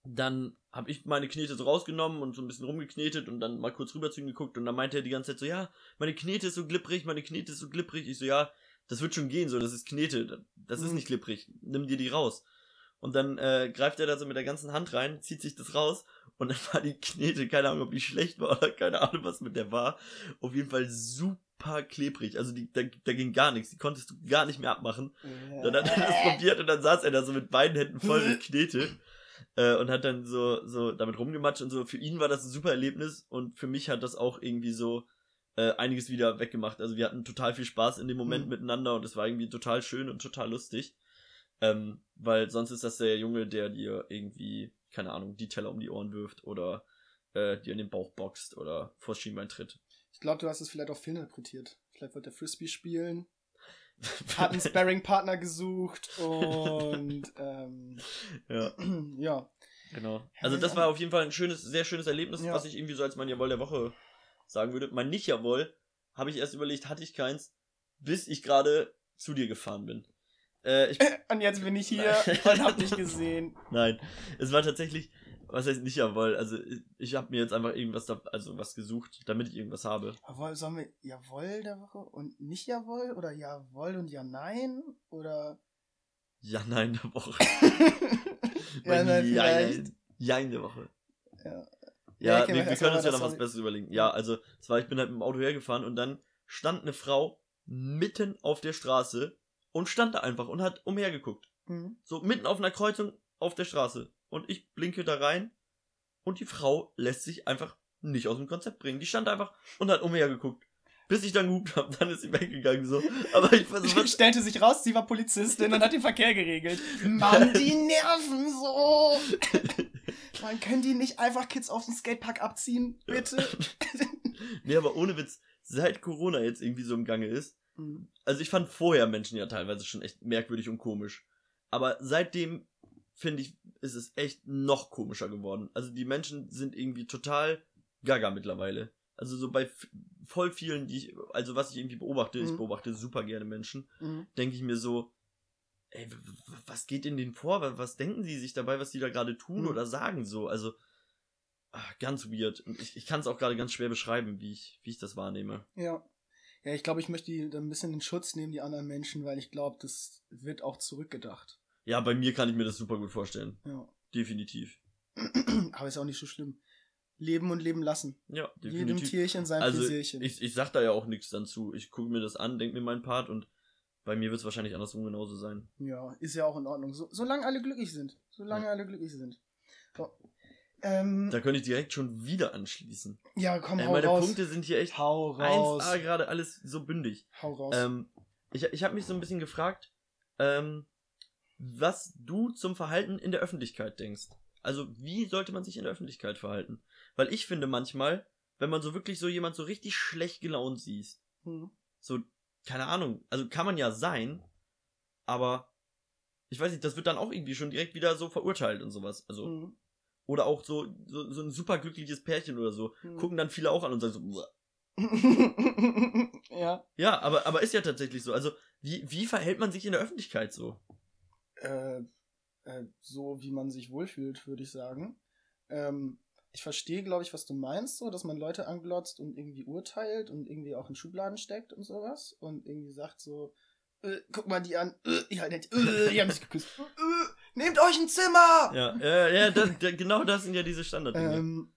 Speaker 2: dann habe ich meine Knete so rausgenommen und so ein bisschen rumgeknetet und dann mal kurz rüber zu ihm geguckt und dann meinte er die ganze Zeit so, ja, meine Knete ist so glibberig, meine Knete ist so glibberig. Ich so, ja, das wird schon gehen, so, das ist Knete, das ist
Speaker 1: Mhm.
Speaker 2: nicht glibberig, nimm dir die raus. Und dann äh, greift er da so mit der ganzen Hand rein, zieht sich das raus und dann war die Knete, keine Ahnung, ob die schlecht war oder keine Ahnung, was mit der war. Auf jeden Fall super klebrig. Also die, da, da ging gar nichts, die konntest du gar nicht mehr abmachen.
Speaker 1: Hm.
Speaker 2: Dann hat er das probiert und dann saß er da so mit beiden Händen voll mit Knete äh, und hat dann so, so damit rumgematscht und so. Für ihn war das ein super Erlebnis und für mich hat das auch irgendwie so äh, einiges wieder weggemacht. Also wir hatten total viel Spaß in dem Moment
Speaker 1: Mhm.
Speaker 2: miteinander und es war irgendwie total schön und total lustig. Ähm, weil sonst ist das der Junge, der dir irgendwie, keine Ahnung, die Teller um die Ohren wirft oder äh, dir in den Bauch boxt oder vor das Schienbein tritt.
Speaker 1: Ich glaube, du hast es vielleicht auch fehlinterpretiert. Vielleicht wollte er Frisbee spielen, hat einen Sparring-Partner gesucht und ähm,
Speaker 2: ja,
Speaker 1: ja.
Speaker 2: genau. Also das war auf jeden Fall ein schönes, sehr schönes Erlebnis,
Speaker 1: Ja.
Speaker 2: was ich irgendwie so als mein Jawohl der Woche sagen würde. Mein Nicht-Jawohl habe ich erst überlegt, hatte ich keins, bis ich gerade zu dir gefahren bin. Äh, ich
Speaker 1: Und jetzt bin ich hier und hab dich gesehen.
Speaker 2: Nein, es war tatsächlich, was heißt nicht jawohl, also ich- ich habe mir jetzt einfach irgendwas da, also was gesucht, damit ich irgendwas habe.
Speaker 1: Jawohl, sollen wir Jawohl der Woche und nicht Jawohl? Oder Jawohl und Ja Nein? Oder.
Speaker 2: Ja, nein, der Woche.
Speaker 1: ja,
Speaker 2: Mein
Speaker 1: nein,
Speaker 2: ja,
Speaker 1: vielleicht.
Speaker 2: ja, ja, der Woche.
Speaker 1: Ja.
Speaker 2: Ja,
Speaker 1: Ja, okay,
Speaker 2: wir, wir
Speaker 1: erst
Speaker 2: können
Speaker 1: mal
Speaker 2: uns ja
Speaker 1: das
Speaker 2: noch was
Speaker 1: Sorry.
Speaker 2: Besseres überlegen. Ja, also, es war, ich bin halt mit dem Auto hergefahren und dann stand eine Frau mitten auf der Straße und stand da einfach und hat umhergeguckt.
Speaker 1: Hm.
Speaker 2: So mitten auf einer Kreuzung auf der Straße. Und ich blinke da rein und die Frau lässt sich einfach nicht aus dem Konzept bringen. Die stand einfach und hat umhergeguckt. Bis ich dann gehupt habe, dann ist sie weggegangen so. Aber ich
Speaker 1: Also
Speaker 2: war so, was,
Speaker 1: Stellte sich raus, sie war Polizistin und hat den Verkehr geregelt. Mann, die nerven so! Man, können die nicht einfach Kids aus dem Skatepark abziehen? Bitte?
Speaker 2: nee, aber ohne Witz, seit Corona jetzt irgendwie so im Gange ist.
Speaker 1: Hm.
Speaker 2: Also ich fand vorher Menschen ja teilweise schon echt merkwürdig und komisch. Aber seitdem, finde ich, ist es echt noch komischer geworden. Also die Menschen sind irgendwie total gaga mittlerweile. Also so bei f- voll vielen, die ich, also was ich irgendwie beobachte, ich
Speaker 1: Mhm.
Speaker 2: beobachte super gerne Menschen,
Speaker 1: Hm.
Speaker 2: denke ich mir so, ey, w- w- was geht in denen vor? Wa- Was denken die sich dabei, was die da gerade tun
Speaker 1: Mhm.
Speaker 2: oder sagen so? Also, ah, ganz weird. Und ich, ich kann es auch gerade ganz schwer beschreiben, wie ich, wie ich das wahrnehme.
Speaker 1: Ja. Ja, ich glaube, ich möchte die dann ein bisschen in Schutz nehmen, die anderen Menschen, weil ich glaube, das wird auch zurückgedacht.
Speaker 2: Ja, bei mir kann ich mir das super gut vorstellen.
Speaker 1: Ja.
Speaker 2: Definitiv.
Speaker 1: Aber ist auch nicht so schlimm. Leben und leben lassen.
Speaker 2: Ja,
Speaker 1: Jedem
Speaker 2: definitiv.
Speaker 1: Tierchen sein
Speaker 2: Also,
Speaker 1: Pläsierchen.
Speaker 2: Ich, ich sag da ja auch nichts dann zu. Ich gucke mir das an, denke mir meinen Part und bei mir wird es wahrscheinlich andersrum genauso sein.
Speaker 1: Ja, ist ja auch in Ordnung. So, solange alle glücklich sind. Solange alle glücklich sind. So. Ähm,
Speaker 2: Da könnte ich direkt schon wieder anschließen.
Speaker 1: ja, komm,
Speaker 2: Ey,
Speaker 1: hau
Speaker 2: meine
Speaker 1: raus.
Speaker 2: Punkte sind hier echt
Speaker 1: hau raus.
Speaker 2: 1A gerade alles so bündig.
Speaker 1: Hau raus.
Speaker 2: Ähm, ich ich habe mich so ein bisschen gefragt, ähm, was du zum Verhalten in der Öffentlichkeit denkst. Also, wie sollte man sich in der Öffentlichkeit verhalten? Weil ich finde manchmal, wenn man so wirklich so jemand so richtig schlecht gelaunt sieht,
Speaker 1: Hm.
Speaker 2: So, keine Ahnung. Also kann man ja sein, aber ich weiß nicht, das wird dann auch irgendwie schon direkt wieder so verurteilt und sowas. Also,
Speaker 1: Hm.
Speaker 2: oder auch so, so, so ein superglückliches Pärchen oder so.
Speaker 1: Hm.
Speaker 2: Gucken dann viele auch an und sagen so, "Uah."
Speaker 1: ja.
Speaker 2: ja, aber, aber ist ja tatsächlich so. Also, wie, wie verhält man sich in der Öffentlichkeit so?
Speaker 1: äh, äh, so wie man sich wohlfühlt, würde ich sagen. Ähm, ich verstehe, glaube ich, was du meinst, so, dass man Leute anglotzt und irgendwie urteilt und irgendwie auch in Schubladen steckt und sowas und irgendwie sagt so, äh, guck mal die an, äh, die halt nicht, äh, die haben sich geküsst, äh, äh, nehmt euch ein Zimmer!
Speaker 2: Ja, äh, ja, das, da- genau das sind ja diese Standarddinge.
Speaker 1: Ähm,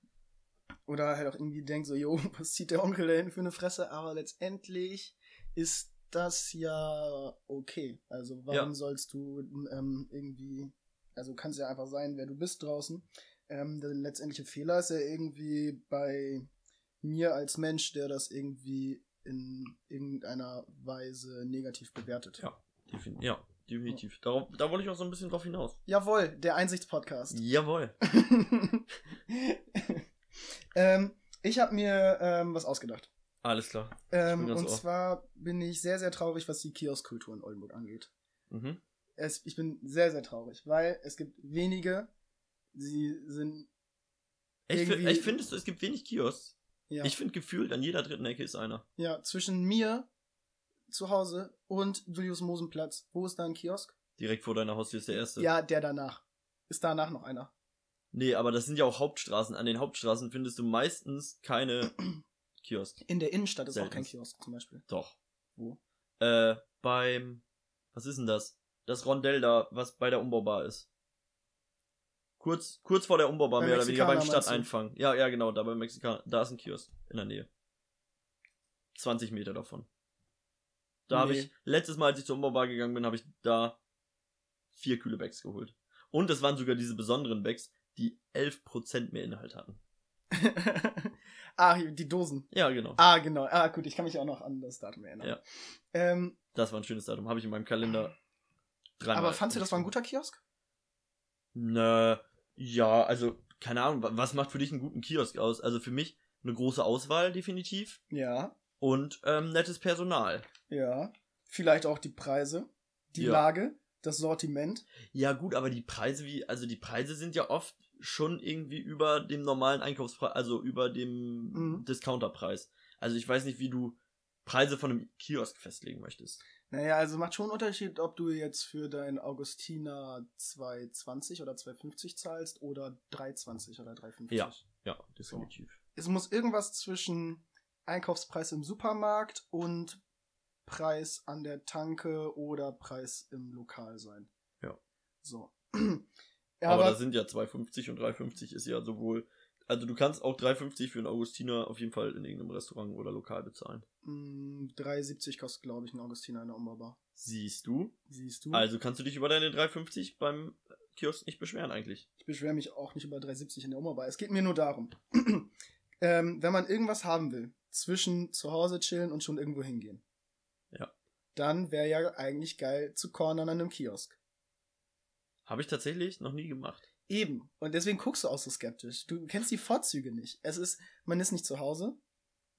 Speaker 1: oder halt auch irgendwie denkt so, jo, was zieht der Onkel da hinten für eine Fresse? Aber letztendlich ist das ja okay. Also warum
Speaker 2: Ja.
Speaker 1: sollst du ähm, irgendwie, also kannst ja einfach sein, wer du bist draußen. Ähm, der letztendliche Fehler ist ja irgendwie bei mir als Mensch, der das irgendwie in irgendeiner Weise negativ bewertet.
Speaker 2: Ja. Defin ja, definitiv. Darauf, da wollte ich auch so ein bisschen drauf hinaus.
Speaker 1: Jawohl, der Einsichtspodcast.
Speaker 2: Jawohl.
Speaker 1: ähm, ich habe mir ähm, was ausgedacht.
Speaker 2: Alles klar. Ich
Speaker 1: Ähm,
Speaker 2: bin ganz
Speaker 1: und
Speaker 2: ohr.
Speaker 1: zwar bin ich sehr, sehr traurig, was die Kioskkultur in Oldenburg angeht.
Speaker 2: Mhm.
Speaker 1: Es, ich bin sehr, sehr traurig, weil es gibt wenige, sie sind,
Speaker 2: Ich, fi-
Speaker 1: Irgendwie-
Speaker 2: ich finde, es, es gibt wenig Kiosks.
Speaker 1: ja,
Speaker 2: Ich finde gefühlt, an jeder dritten Ecke ist einer.
Speaker 1: ja zwischen mir zu Hause und Julius Mosenplatz. Wo ist da ein Kiosk?
Speaker 2: Direkt vor deiner Haustür ist der erste.
Speaker 1: Ja, der danach. Ist danach noch einer.
Speaker 2: Nee, aber das sind ja auch Hauptstraßen. An den Hauptstraßen findest du meistens keine Kiosk.
Speaker 1: In der Innenstadt ist auch
Speaker 2: Selten.
Speaker 1: kein Kiosk zum Beispiel.
Speaker 2: Doch.
Speaker 1: Wo?
Speaker 2: Äh, beim. Was ist denn das? Das Rondell da, was bei der Umbaubar ist. Kurz, kurz vor der Umbaubar,
Speaker 1: Beim
Speaker 2: mehr oder weniger,
Speaker 1: Mexikaner
Speaker 2: beim
Speaker 1: meinst du?
Speaker 2: Stadteinfang. Ja, ja, genau, da beim Mexikaner. Da ist ein Kiosk in der Nähe. 20 Meter davon. Da habe
Speaker 1: Nee.
Speaker 2: ich, letztes Mal, als ich zur Umbaubar gegangen bin, habe ich da vier kühle Bags geholt. Und es waren sogar diese besonderen Bags, die 11% mehr Inhalt hatten.
Speaker 1: ah, hier, die Dosen.
Speaker 2: Ja, genau.
Speaker 1: Ah, genau. Ah, gut, ich kann mich auch noch an das Datum erinnern.
Speaker 2: Ja.
Speaker 1: Ähm,
Speaker 2: Das war ein schönes Datum. Habe ich in meinem Kalender dreimal.
Speaker 1: aber fandst du, das war ein guter Kiosk?
Speaker 2: Nö, ja, also, keine Ahnung, wa- was macht für dich einen guten Kiosk aus? Also für mich eine große Auswahl, definitiv.
Speaker 1: Ja,
Speaker 2: Und ähm, nettes Personal.
Speaker 1: ja. Vielleicht auch die Preise, die
Speaker 2: Ja.
Speaker 1: Lage, das Sortiment.
Speaker 2: Ja, gut, aber die Preise wie, also die Preise sind ja oft schon irgendwie über dem normalen Einkaufspreis, also über dem
Speaker 1: Mhm.
Speaker 2: Discounterpreis. Also ich weiß nicht, wie du Preise von einem Kiosk festlegen möchtest.
Speaker 1: Naja, also macht schon einen Unterschied, ob du jetzt für dein Augustiner 220 oder 250 zahlst oder 320 oder 350.
Speaker 2: Ja. Ja, definitiv.
Speaker 1: Es muss irgendwas zwischen Einkaufspreis im Supermarkt und Preis an der Tanke oder Preis im Lokal sein.
Speaker 2: Ja.
Speaker 1: So.
Speaker 2: aber,
Speaker 1: aber
Speaker 2: da sind ja 2,50 und 3,50 ist ja sowohl. Also du kannst auch 3,50 für einen Augustiner auf jeden Fall in irgendeinem Restaurant oder Lokal bezahlen.
Speaker 1: mh, 3,70 mm, kostet, glaube ich, ein Augustiner in der Umbaubar.
Speaker 2: Siehst du?
Speaker 1: Siehst du?
Speaker 2: Also kannst du dich über deine 3,50 beim Kiosk nicht beschweren eigentlich.
Speaker 1: Ich beschwere mich auch nicht über 3,70 in der Oma, aber es geht mir nur darum. ähm, wenn man irgendwas haben will, zwischen zu Hause chillen und schon irgendwo hingehen.
Speaker 2: Ja.
Speaker 1: Dann wäre ja eigentlich geil zu cornern an einem Kiosk.
Speaker 2: Habe ich tatsächlich noch nie gemacht.
Speaker 1: Eben. Und deswegen guckst du auch so skeptisch. Du kennst die Vorzüge nicht. Es ist, man ist nicht zu Hause.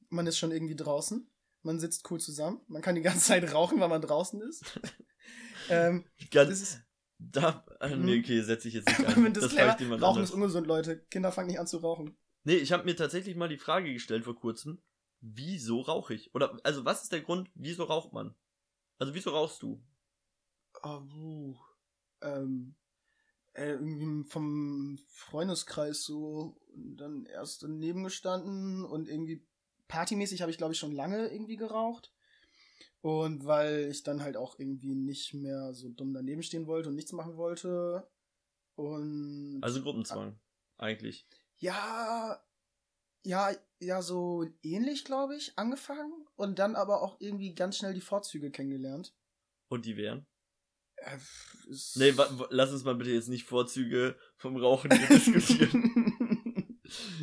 Speaker 1: Man ist schon irgendwie draußen. Man sitzt cool zusammen. Man kann die ganze Zeit rauchen, weil man draußen ist. ähm,
Speaker 2: Ganz,
Speaker 1: das ist, Mhm.
Speaker 2: da, ah, nee, okay, setze ich jetzt nicht ein.
Speaker 1: wenn
Speaker 2: Das
Speaker 1: das
Speaker 2: frage ich
Speaker 1: klar,
Speaker 2: jemand
Speaker 1: Rauchen
Speaker 2: anders.
Speaker 1: ist ungesund, Leute. Kinder fangen nicht an zu rauchen.
Speaker 2: Nee, ich habe mir tatsächlich mal die Frage gestellt vor kurzem, wieso rauche ich? Oder, also was ist der Grund, wieso raucht man? Also wieso rauchst du?
Speaker 1: Oh, wuh. ähm, äh, irgendwie vom Freundeskreis so und dann erst daneben gestanden und irgendwie partymäßig habe ich glaube ich schon lange irgendwie geraucht. Und weil ich dann halt auch irgendwie nicht mehr so dumm daneben stehen wollte und nichts machen wollte. Und
Speaker 2: Also Gruppenzwang,
Speaker 1: Ah.
Speaker 2: eigentlich.
Speaker 1: ja, ja, ja, so ähnlich, glaube ich, angefangen und dann aber auch irgendwie ganz schnell die Vorzüge kennengelernt.
Speaker 2: Und die wären?
Speaker 1: Äh, ist-
Speaker 2: Nee, wa- wa- lass uns mal bitte jetzt nicht Vorzüge vom Rauchen hier diskutieren.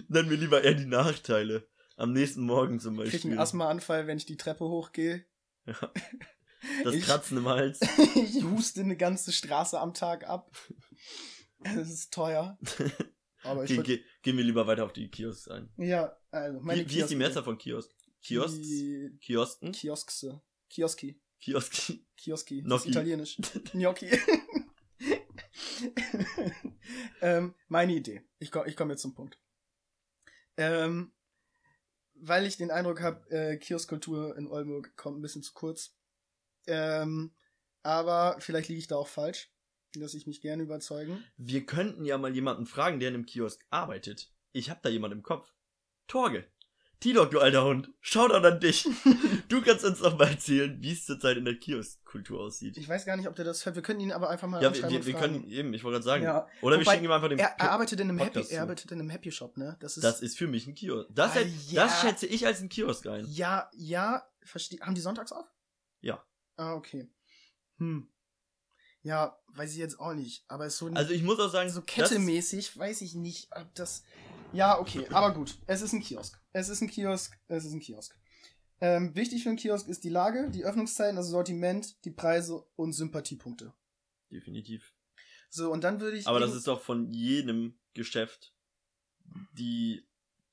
Speaker 2: Nenn mir lieber eher die Nachteile. Am nächsten Morgen zum
Speaker 1: Ich krieg
Speaker 2: Beispiel.
Speaker 1: einen Asthmaanfall, wenn ich die Treppe hochgehe.
Speaker 2: das
Speaker 1: ich-
Speaker 2: Kratzen im Hals.
Speaker 1: ich huste eine ganze Straße am Tag ab. Das ist teuer. Aber ich
Speaker 2: Ge
Speaker 1: würde.
Speaker 2: ge gehen wir lieber weiter auf die Kiosks ein.
Speaker 1: Ja, also meine
Speaker 2: Wie, wie ist die
Speaker 1: Kioske.
Speaker 2: Mehrzahl von Kiosk? Kiosks?
Speaker 1: Die
Speaker 2: Kiosken?
Speaker 1: Kioskse. Kioski.
Speaker 2: Kioski?
Speaker 1: Kioski. Das
Speaker 2: Gnocchi.
Speaker 1: ist italienisch. Gnocchi. ähm, meine Idee. Ich komme ich komm jetzt zum Punkt. Ähm, weil ich den Eindruck habe, äh, Kioskkultur in Oldenburg kommt ein bisschen zu kurz. Ähm, aber vielleicht liege ich da auch falsch. Lass ich mich gerne überzeugen.
Speaker 2: Wir könnten ja mal jemanden fragen, der in einem Kiosk arbeitet. Ich hab da jemanden im Kopf. Torge. T-Dog, du alter Hund. Shoutout an dich. Du kannst uns doch mal erzählen, wie es zurzeit in der Kioskkultur aussieht.
Speaker 1: Ich weiß gar nicht, ob der das hört. Wir können ihn aber einfach mal
Speaker 2: ja, wir,
Speaker 1: anschreiben
Speaker 2: wir,
Speaker 1: und
Speaker 2: wir
Speaker 1: fragen.
Speaker 2: können eben, ich wollte gerade sagen.
Speaker 1: Ja.
Speaker 2: Oder wir
Speaker 1: Wobei,
Speaker 2: schicken ihm einfach den.
Speaker 1: Er, er arbeitet in einem
Speaker 2: Podcast
Speaker 1: Happy,
Speaker 2: zu.
Speaker 1: er arbeitet in einem Happy Shop, ne? Das ist
Speaker 2: das ist für mich ein Kiosk. Das,
Speaker 1: Ah,
Speaker 2: hätt-
Speaker 1: ja. Hm.
Speaker 2: das schätze ich als ein Kiosk ein.
Speaker 1: Ja, ja, verstehe. Haben die sonntags auf?
Speaker 2: Ja.
Speaker 1: Ah, okay. Hm. Ja, weiß ich jetzt auch nicht. Aber ist so,
Speaker 2: Also ich muss auch sagen,
Speaker 1: so
Speaker 2: das ist-
Speaker 1: kettemäßig weiß ich nicht, ob das. Ja, okay, aber gut. Es ist ein Kiosk. Es ist ein Kiosk. Es ist ein Kiosk. Ähm, wichtig für einen Kiosk ist die Lage, die Öffnungszeiten, das Sortiment, die Preise und Sympathiepunkte.
Speaker 2: Definitiv.
Speaker 1: So, und dann würde ich.
Speaker 2: Aber das
Speaker 1: irgend-
Speaker 2: ist doch von jedem Geschäft die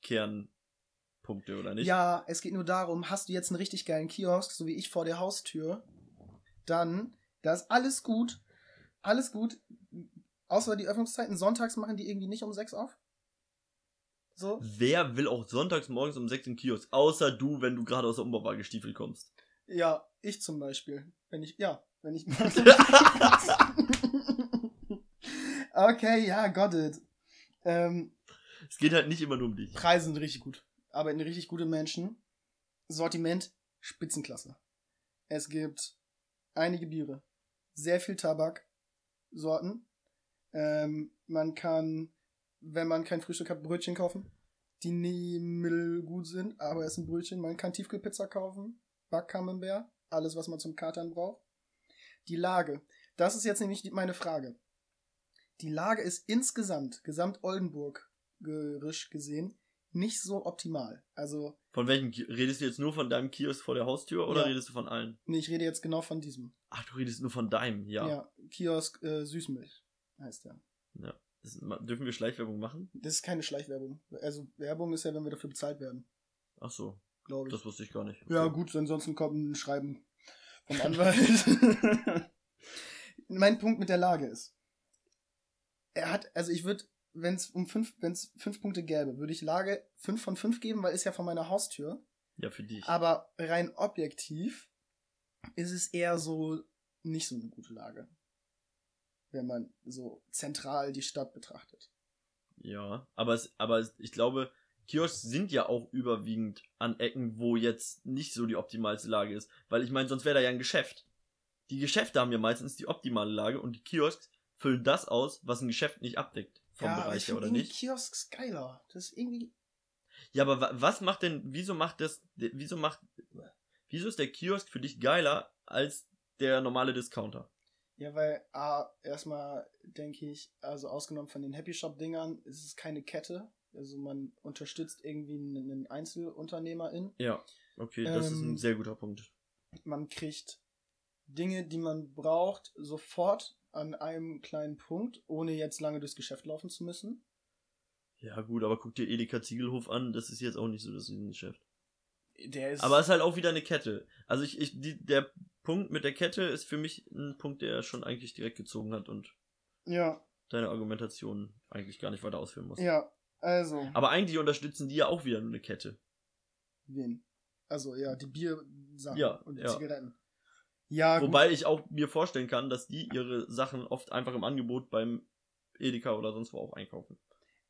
Speaker 2: Kernpunkte, oder nicht?
Speaker 1: Ja, es geht nur darum, hast du jetzt einen richtig geilen Kiosk, so wie ich vor der Haustür, dann, da ist alles gut, alles gut, außer die Öffnungszeiten. Sonntags machen die irgendwie nicht um sechs auf. So?
Speaker 2: Wer will auch sonntags morgens um 6 im Kiosk? Außer du, wenn du gerade aus der Umbaubar gestiefelt kommst.
Speaker 1: Ja, ich zum Beispiel. Wenn ich, ja, wenn ich. okay, ja, got it. Ähm,
Speaker 2: Es geht halt nicht immer nur um dich.
Speaker 1: Preise sind richtig gut. Arbeiten richtig gute Menschen. Sortiment Spitzenklasse. Es gibt einige Biere, sehr viel Tabaksorten, Ähm, man kann, wenn man kein Frühstück hat, Brötchen kaufen, die nie mittelgut sind, aber es sind Brötchen. Man kann Tiefkühlpizza kaufen, Backcamembert, alles, was man zum Katern braucht. Die Lage. Das ist jetzt nämlich die, meine Frage. Die Lage ist insgesamt, gesamt Oldenburgisch gesehen, nicht so optimal. Also,
Speaker 2: Von welchem? Ki- Redest du jetzt nur von deinem Kiosk vor der Haustür oder
Speaker 1: Ja.
Speaker 2: redest du von allen?
Speaker 1: nee, ich rede jetzt genau von diesem.
Speaker 2: Ach, du redest nur von deinem, ja.
Speaker 1: Kiosk äh, Süßmilch heißt der.
Speaker 2: Das, ma- dürfen wir Schleichwerbung machen?
Speaker 1: Das ist keine Schleichwerbung. Also Werbung ist ja, wenn wir dafür bezahlt werden,
Speaker 2: Ach so,
Speaker 1: glaube ich.
Speaker 2: das wusste ich gar nicht.
Speaker 1: Ja,
Speaker 2: Okay.
Speaker 1: gut, ansonsten kommt ein Schreiben vom Anwalt. mein Punkt mit der Lage ist, er hat, also ich würde, wenn es um fünf, wenn es fünf Punkte gäbe, würde ich Lage fünf von fünf geben, weil ist ja vor meiner Haustür.
Speaker 2: Ja, für dich.
Speaker 1: Aber rein objektiv ist es eher so nicht so eine gute Lage. Wenn man so zentral die Stadt betrachtet.
Speaker 2: Ja, aber, es, aber es, ich glaube, Kiosks sind ja auch überwiegend an Ecken, wo jetzt nicht so die optimalste Lage ist. Weil ich meine, sonst wäre da ja ein Geschäft. Die Geschäfte haben ja meistens die optimale Lage und die Kiosks füllen das aus, was ein Geschäft nicht abdeckt. Vom
Speaker 1: aber ich
Speaker 2: Bereich her,
Speaker 1: find
Speaker 2: oder
Speaker 1: irgendwie
Speaker 2: nicht?
Speaker 1: Kiosks geiler. Das ist irgendwie.
Speaker 2: Ja, aber wa- was macht denn, wieso macht das, de- wieso macht, wieso ist der Kiosk für dich geiler als der normale Discounter?
Speaker 1: Ja, weil A, erstmal denke ich, also ausgenommen von den Happy Shop-Dingern, ist es keine Kette. Also man unterstützt irgendwie einen einen Einzelunternehmerin.
Speaker 2: Ja, okay, das ist
Speaker 1: Ähm,
Speaker 2: ein sehr guter Punkt.
Speaker 1: Man kriegt Dinge, die man braucht, sofort an einem kleinen Punkt, ohne jetzt lange durchs Geschäft laufen zu müssen.
Speaker 2: Ja, gut, aber guck dir Edeka Ziegelhof an, das ist jetzt auch nicht so das Geschäft.
Speaker 1: Der ist.
Speaker 2: Aber es ist halt auch wieder eine Kette. Also ich, ich die, der Punkt mit der Kette ist für mich ein Punkt, der schon eigentlich direkt gezogen hat und
Speaker 1: ja,
Speaker 2: deine Argumentation eigentlich gar nicht weiter ausführen muss.
Speaker 1: ja, also.
Speaker 2: Aber eigentlich unterstützen die ja auch wieder nur eine Kette.
Speaker 1: Wen? Also, ja, die Biersachen
Speaker 2: Ja,
Speaker 1: und die
Speaker 2: ja.
Speaker 1: Zigaretten. Ja, gut.
Speaker 2: Wobei ich auch mir vorstellen kann, dass die ihre Sachen oft einfach im Angebot beim Edeka oder sonst wo auch einkaufen.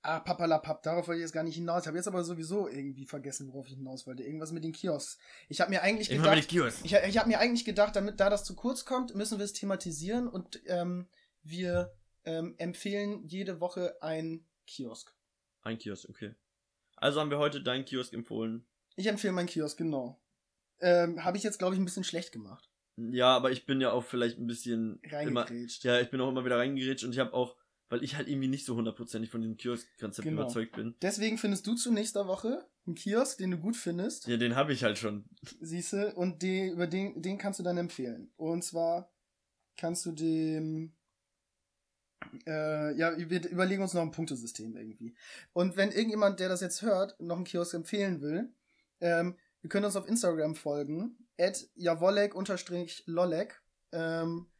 Speaker 1: Ah, papalapap, darauf wollte ich jetzt gar nicht hinaus. Ich habe jetzt aber sowieso irgendwie vergessen, worauf ich hinaus wollte. Irgendwas mit den Kiosks. Ich habe mir eigentlich
Speaker 2: Immer mit
Speaker 1: gedacht,
Speaker 2: Kiosk.
Speaker 1: ich, ich habe mir eigentlich gedacht, damit da das zu kurz kommt, müssen wir es thematisieren und ähm, wir ähm, empfehlen jede Woche einen Kiosk.
Speaker 2: Ein Kiosk, okay. Also haben wir heute deinen Kiosk empfohlen.
Speaker 1: Ich empfehle meinen Kiosk, genau. Ähm, habe ich jetzt, glaube ich, ein bisschen schlecht gemacht.
Speaker 2: Ja, aber ich bin ja auch vielleicht ein bisschen immer,
Speaker 1: Reingegrätscht.
Speaker 2: ja, ich bin auch immer wieder reingerätscht und ich habe auch, weil ich halt irgendwie nicht so hundertprozentig von dem Kiosk-Konzept
Speaker 1: Genau.
Speaker 2: überzeugt bin.
Speaker 1: Deswegen findest du zu nächster Woche einen Kiosk, den du gut findest.
Speaker 2: Ja, den habe ich halt schon.
Speaker 1: Siehste, und den, über den, den kannst du dann empfehlen. Und zwar kannst du dem. Äh, ja, wir überlegen uns noch ein Punktesystem irgendwie. Und wenn irgendjemand, der das jetzt hört, noch einen Kiosk empfehlen will, ähm, wir können uns auf Instagram folgen, at jawollek-lollek. Ähm,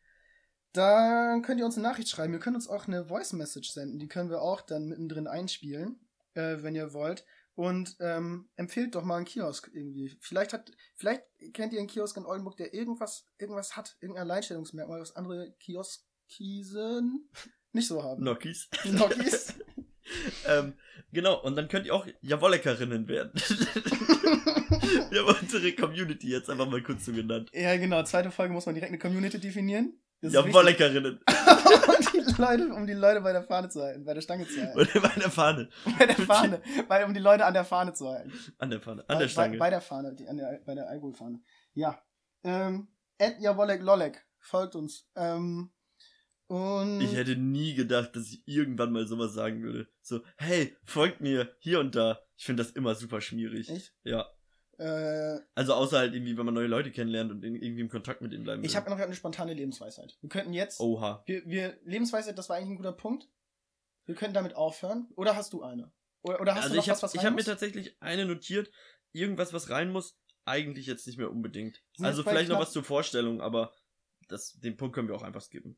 Speaker 1: dann könnt ihr uns eine Nachricht schreiben. Ihr könnt uns auch eine Voice-Message senden. Die können wir auch dann mittendrin einspielen, äh, wenn ihr wollt. Und ähm, empfehlt doch mal einen Kiosk irgendwie. Vielleicht hat, vielleicht kennt ihr einen Kiosk in Oldenburg, der irgendwas, irgendwas hat, irgendein Alleinstellungsmerkmal, was andere Kioskisen nicht so haben.
Speaker 2: Nokis.
Speaker 1: Nokis.
Speaker 2: ähm, genau, und dann könnt ihr auch Jawollekerinnen werden. wir haben unsere Community jetzt einfach mal kurz so genannt.
Speaker 1: ja, genau. Zweite Folge muss man direkt eine Community definieren. Das ist
Speaker 2: Jawollekerinnen.
Speaker 1: wichtig, um, die Leute, um die Leute bei der Fahne zu halten, bei der Stange zu halten.
Speaker 2: Oder bei der Fahne.
Speaker 1: bei der Fahne. Bei, um die Leute an der Fahne zu halten.
Speaker 2: An der Fahne.
Speaker 1: Bei-
Speaker 2: An der
Speaker 1: Bei,
Speaker 2: Stange.
Speaker 1: bei der Fahne, die, an der, bei der Alkoholfahne. Ja. Ähm, at Jawollek Lollek. Folgt uns. Ähm, und
Speaker 2: Ich hätte nie gedacht, dass ich irgendwann mal sowas sagen würde. So, hey, folgt mir hier und da. Ich finde das immer super schmierig.
Speaker 1: Echt?
Speaker 2: Ja.
Speaker 1: äh,
Speaker 2: Also außer halt irgendwie, wenn man neue Leute kennenlernt und in, irgendwie im Kontakt mit ihnen bleiben
Speaker 1: ich
Speaker 2: will.
Speaker 1: habe noch eine spontane Lebensweisheit. Wir könnten jetzt.
Speaker 2: Oha.
Speaker 1: Wir, wir, Lebensweisheit, das war eigentlich ein guter Punkt. Wir könnten damit aufhören. Oder hast du eine? Oder, oder hast
Speaker 2: also
Speaker 1: du noch
Speaker 2: ich
Speaker 1: was,
Speaker 2: habe
Speaker 1: was rein
Speaker 2: hab mir
Speaker 1: muss?
Speaker 2: tatsächlich eine notiert. Irgendwas, was rein muss, eigentlich jetzt nicht mehr unbedingt.
Speaker 1: Sind
Speaker 2: also
Speaker 1: jetzt bei
Speaker 2: vielleicht noch
Speaker 1: knapp-
Speaker 2: was zur Vorstellung, aber das, den Punkt können wir auch einfach skippen.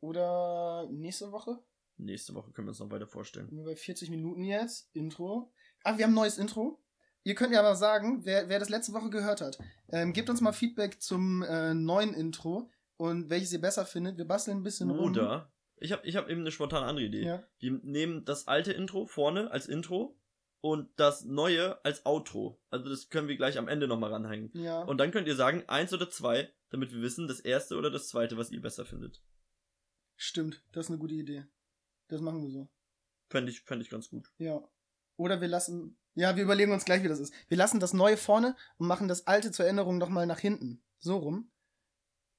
Speaker 1: Oder nächste Woche?
Speaker 2: Nächste Woche können wir uns noch weiter vorstellen.
Speaker 1: Sind wir bei 40 Minuten jetzt. Intro. Ah, wir haben ein neues Intro. Ihr könnt ja mal sagen, wer, wer das letzte Woche gehört hat. Ähm, gebt uns mal Feedback zum äh, neuen Intro und welches ihr besser findet. Wir basteln ein bisschen rum.
Speaker 2: Oder ich habe ich hab eben eine spontane andere Idee.
Speaker 1: Ja.
Speaker 2: Wir nehmen das alte Intro vorne als Intro und das neue als Outro. Also das können wir gleich am Ende nochmal ranhängen.
Speaker 1: ja.
Speaker 2: Und dann könnt ihr sagen, eins oder zwei, damit wir wissen, das erste oder das zweite, was ihr besser findet.
Speaker 1: Stimmt, das ist eine gute Idee. Das machen wir so.
Speaker 2: Fände ich, fänd ich ganz gut.
Speaker 1: Ja. Oder wir lassen. Ja, wir überlegen uns gleich, wie das ist. Wir lassen das Neue vorne und machen das Alte zur Erinnerung nochmal nach hinten. So rum.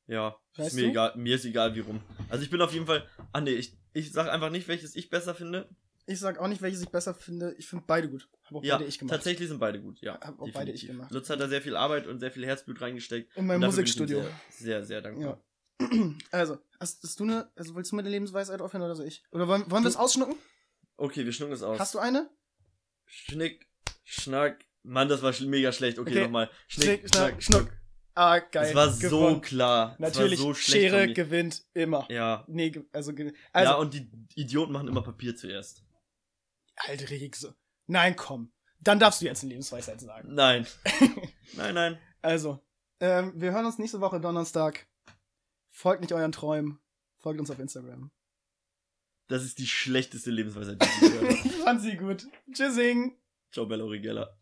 Speaker 2: Ja,
Speaker 1: Weißt
Speaker 2: ist mir
Speaker 1: du?
Speaker 2: egal, mir ist egal wie rum. Also ich bin auf jeden Fall. Ah nee, ich, ich sag einfach nicht, welches ich besser finde.
Speaker 1: Ich sag auch nicht, welches ich besser finde. Ich finde beide gut. Hab auch
Speaker 2: ja,
Speaker 1: beide ich gemacht.
Speaker 2: tatsächlich sind beide gut, ja.
Speaker 1: Hab auch beide ich gemacht.
Speaker 2: Lutz hat da sehr viel Arbeit und sehr viel Herzblut reingesteckt.
Speaker 1: In meinem
Speaker 2: und dafür bin ich ihm
Speaker 1: Musikstudio.
Speaker 2: Sehr, sehr, sehr dankbar.
Speaker 1: Ja. Also, hast, hast du eine. Also willst du mit der Lebensweisheit aufhören oder so ich? Oder wollen, wollen wir es
Speaker 2: Du-
Speaker 1: ausschnucken?
Speaker 2: Okay, wir schnucken es aus.
Speaker 1: Hast du eine?
Speaker 2: Schnick, Schnack. Mann, das war schl- mega schlecht. Okay,
Speaker 1: Okay.
Speaker 2: nochmal.
Speaker 1: Schnick, Schnack, Schnuck. Ah, geil.
Speaker 2: Es war so
Speaker 1: gewonnen.
Speaker 2: klar.
Speaker 1: Natürlich,
Speaker 2: es war so schlecht von
Speaker 1: Schere
Speaker 2: mir.
Speaker 1: gewinnt immer.
Speaker 2: Ja.
Speaker 1: Nee, ge- also,
Speaker 2: ja,
Speaker 1: ge- also
Speaker 2: und die Idioten machen immer Papier zuerst.
Speaker 1: alte Hexe. Nein, komm. Dann darfst du jetzt eine Lebensweisheit sagen.
Speaker 2: Nein. nein, nein.
Speaker 1: Also, ähm, wir hören uns nächste Woche Donnerstag. Folgt nicht euren Träumen. Folgt uns auf Instagram.
Speaker 2: Das ist die schlechteste Lebensweise, die ich gehört habe.
Speaker 1: Ich fand sie gut. Tschüssing.
Speaker 2: Ciao, Bella Origella.